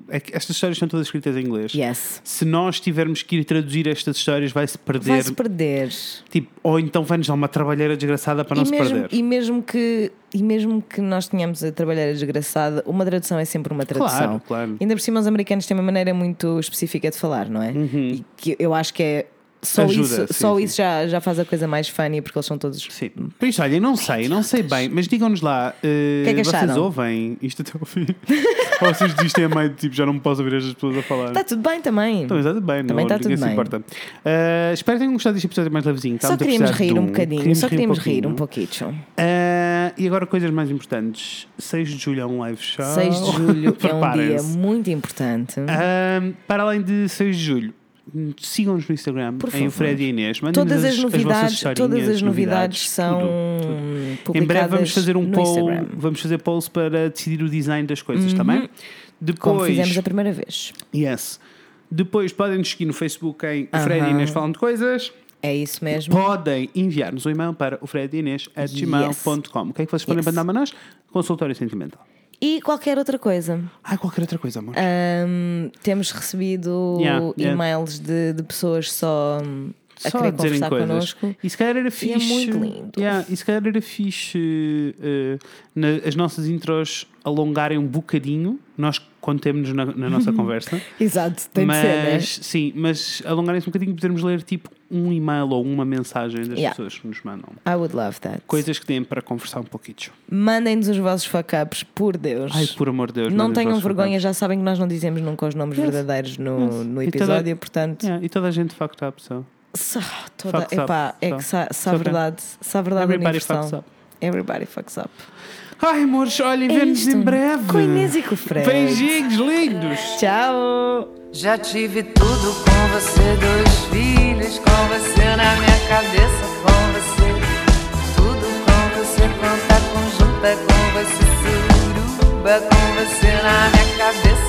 [SPEAKER 2] é que estas histórias são todas escritas em inglês.
[SPEAKER 1] Yes.
[SPEAKER 2] Se nós tivermos que ir traduzir estas histórias, vai-se perder.
[SPEAKER 1] Vai-se perder.
[SPEAKER 2] Tipo, ou então vai-nos dar uma trabalheira desgraçada para não
[SPEAKER 1] e
[SPEAKER 2] se
[SPEAKER 1] mesmo,
[SPEAKER 2] perder.
[SPEAKER 1] E mesmo, que, e mesmo que nós tenhamos a trabalhar a desgraçada, uma tradução é sempre uma tradução.
[SPEAKER 2] Claro, claro.
[SPEAKER 1] Ainda por cima, os americanos têm uma maneira muito específica de falar, não é? E que eu acho que é. Só
[SPEAKER 2] Uhum. Ajuda,
[SPEAKER 1] isso,
[SPEAKER 2] sim,
[SPEAKER 1] só
[SPEAKER 2] sim.
[SPEAKER 1] isso já, já faz a coisa mais funny porque eles são todos.
[SPEAKER 2] Sim. Por isso, olha, eu não sei, eu não sei bem, mas digam-nos lá, eh,
[SPEAKER 1] que é que
[SPEAKER 2] vocês
[SPEAKER 1] acharam?
[SPEAKER 2] ouvem isto até ao fim? ou vocês desistem a meio, tipo, já não posso ouvir estas pessoas a falar?
[SPEAKER 1] Está tudo bem também.
[SPEAKER 2] Não, mas está tudo bem,
[SPEAKER 1] Tá Também
[SPEAKER 2] não,
[SPEAKER 1] está
[SPEAKER 2] ninguém
[SPEAKER 1] tudo
[SPEAKER 2] se
[SPEAKER 1] bem.
[SPEAKER 2] importa. Eh, espero que tenham gostado deste episódio mais levezinho.
[SPEAKER 1] só
[SPEAKER 2] Estávamos a
[SPEAKER 1] queríamos
[SPEAKER 2] precisar
[SPEAKER 1] rir
[SPEAKER 2] de
[SPEAKER 1] um bocadinho, só queríamos rir um
[SPEAKER 2] pouquinho.
[SPEAKER 1] pouquinho.
[SPEAKER 2] Eh, e agora coisas mais importantes. 6 de julho é um live show.
[SPEAKER 1] 6 de julho é um dia
[SPEAKER 2] Preparem-se. Ah,
[SPEAKER 1] muito importante.
[SPEAKER 2] Ahm, para além de 6 de julho, sigam-nos no Instagram
[SPEAKER 1] Por
[SPEAKER 2] em
[SPEAKER 1] favor.
[SPEAKER 2] o Fred e a Inês. Mandem-nos
[SPEAKER 1] todas as,
[SPEAKER 2] vossas
[SPEAKER 1] novidades, todas as
[SPEAKER 2] historinhas,
[SPEAKER 1] novidades são
[SPEAKER 2] tudo.
[SPEAKER 1] publicadas
[SPEAKER 2] Em breve vamos fazer um
[SPEAKER 1] no
[SPEAKER 2] poll,
[SPEAKER 1] Instagram, Uhum.
[SPEAKER 2] vamos fazer polls para decidir o design das coisas, também. Depois,
[SPEAKER 1] como fizemos a primeira vez.
[SPEAKER 2] yes. Depois podem nos seguir no Facebook em o Fred e Inês falam de coisas.
[SPEAKER 1] É isso mesmo.
[SPEAKER 2] Podem enviar-nos um e-mail para o fredinês@gmail.com. O que é que vocês podem
[SPEAKER 1] Yes.
[SPEAKER 2] mandar para nós? Consultório sentimental.
[SPEAKER 1] E qualquer outra coisa.
[SPEAKER 2] Ah, qualquer outra coisa, amor.
[SPEAKER 1] Hum, temos recebido
[SPEAKER 2] Yeah, yeah.
[SPEAKER 1] e-mails de, de pessoas só hum, a
[SPEAKER 2] Só a
[SPEAKER 1] querer
[SPEAKER 2] dizerem
[SPEAKER 1] conversar
[SPEAKER 2] coisas.
[SPEAKER 1] connosco.
[SPEAKER 2] E se calhar era fixe.
[SPEAKER 1] é muito lindo.
[SPEAKER 2] Yeah, e se calhar era fixe eh, na- as nossas intros alongarem um bocadinho. Nós contemos na, na nossa conversa.
[SPEAKER 1] Exato, tem
[SPEAKER 2] mas,
[SPEAKER 1] de ser, né?
[SPEAKER 2] Sim, mas alongarem-se um bocadinho e podermos ler tipo um e-mail ou uma mensagem das
[SPEAKER 1] Yeah.
[SPEAKER 2] pessoas que nos mandam.
[SPEAKER 1] I would love that.
[SPEAKER 2] Coisas que têm para conversar um pouquinho.
[SPEAKER 1] Mandem-nos os vossos fuck-ups, por Deus.
[SPEAKER 2] Ai, por amor de Deus.
[SPEAKER 1] não
[SPEAKER 2] mandem os
[SPEAKER 1] tenham
[SPEAKER 2] vossos
[SPEAKER 1] vergonha,
[SPEAKER 2] recados.
[SPEAKER 1] já sabem que nós não dizemos nunca os nomes
[SPEAKER 2] Yes,
[SPEAKER 1] verdadeiros no,
[SPEAKER 2] yes.
[SPEAKER 1] no
[SPEAKER 2] E toda-
[SPEAKER 1] episódio, portanto.
[SPEAKER 2] Yeah, e toda a gente fucked up, so.
[SPEAKER 1] Só, toda,
[SPEAKER 2] Fucks up,
[SPEAKER 1] epá, é
[SPEAKER 2] só.
[SPEAKER 1] que sa, sa
[SPEAKER 2] Só
[SPEAKER 1] verdade, sa verdade é
[SPEAKER 2] Everybody
[SPEAKER 1] universal.
[SPEAKER 2] fucks up.
[SPEAKER 1] Everybody fucks up.
[SPEAKER 2] Ai, amores, olhem,
[SPEAKER 1] É
[SPEAKER 2] vemos
[SPEAKER 1] isto.
[SPEAKER 2] em breve.
[SPEAKER 1] Com Inês e com o Fred.
[SPEAKER 2] Beijinhos lindos.
[SPEAKER 1] Tchau!
[SPEAKER 5] Já tive tudo com você, dois filhos com você na minha cabeça, com você. Tudo com você, é planta conjunta com você, suruba com você é na minha cabeça,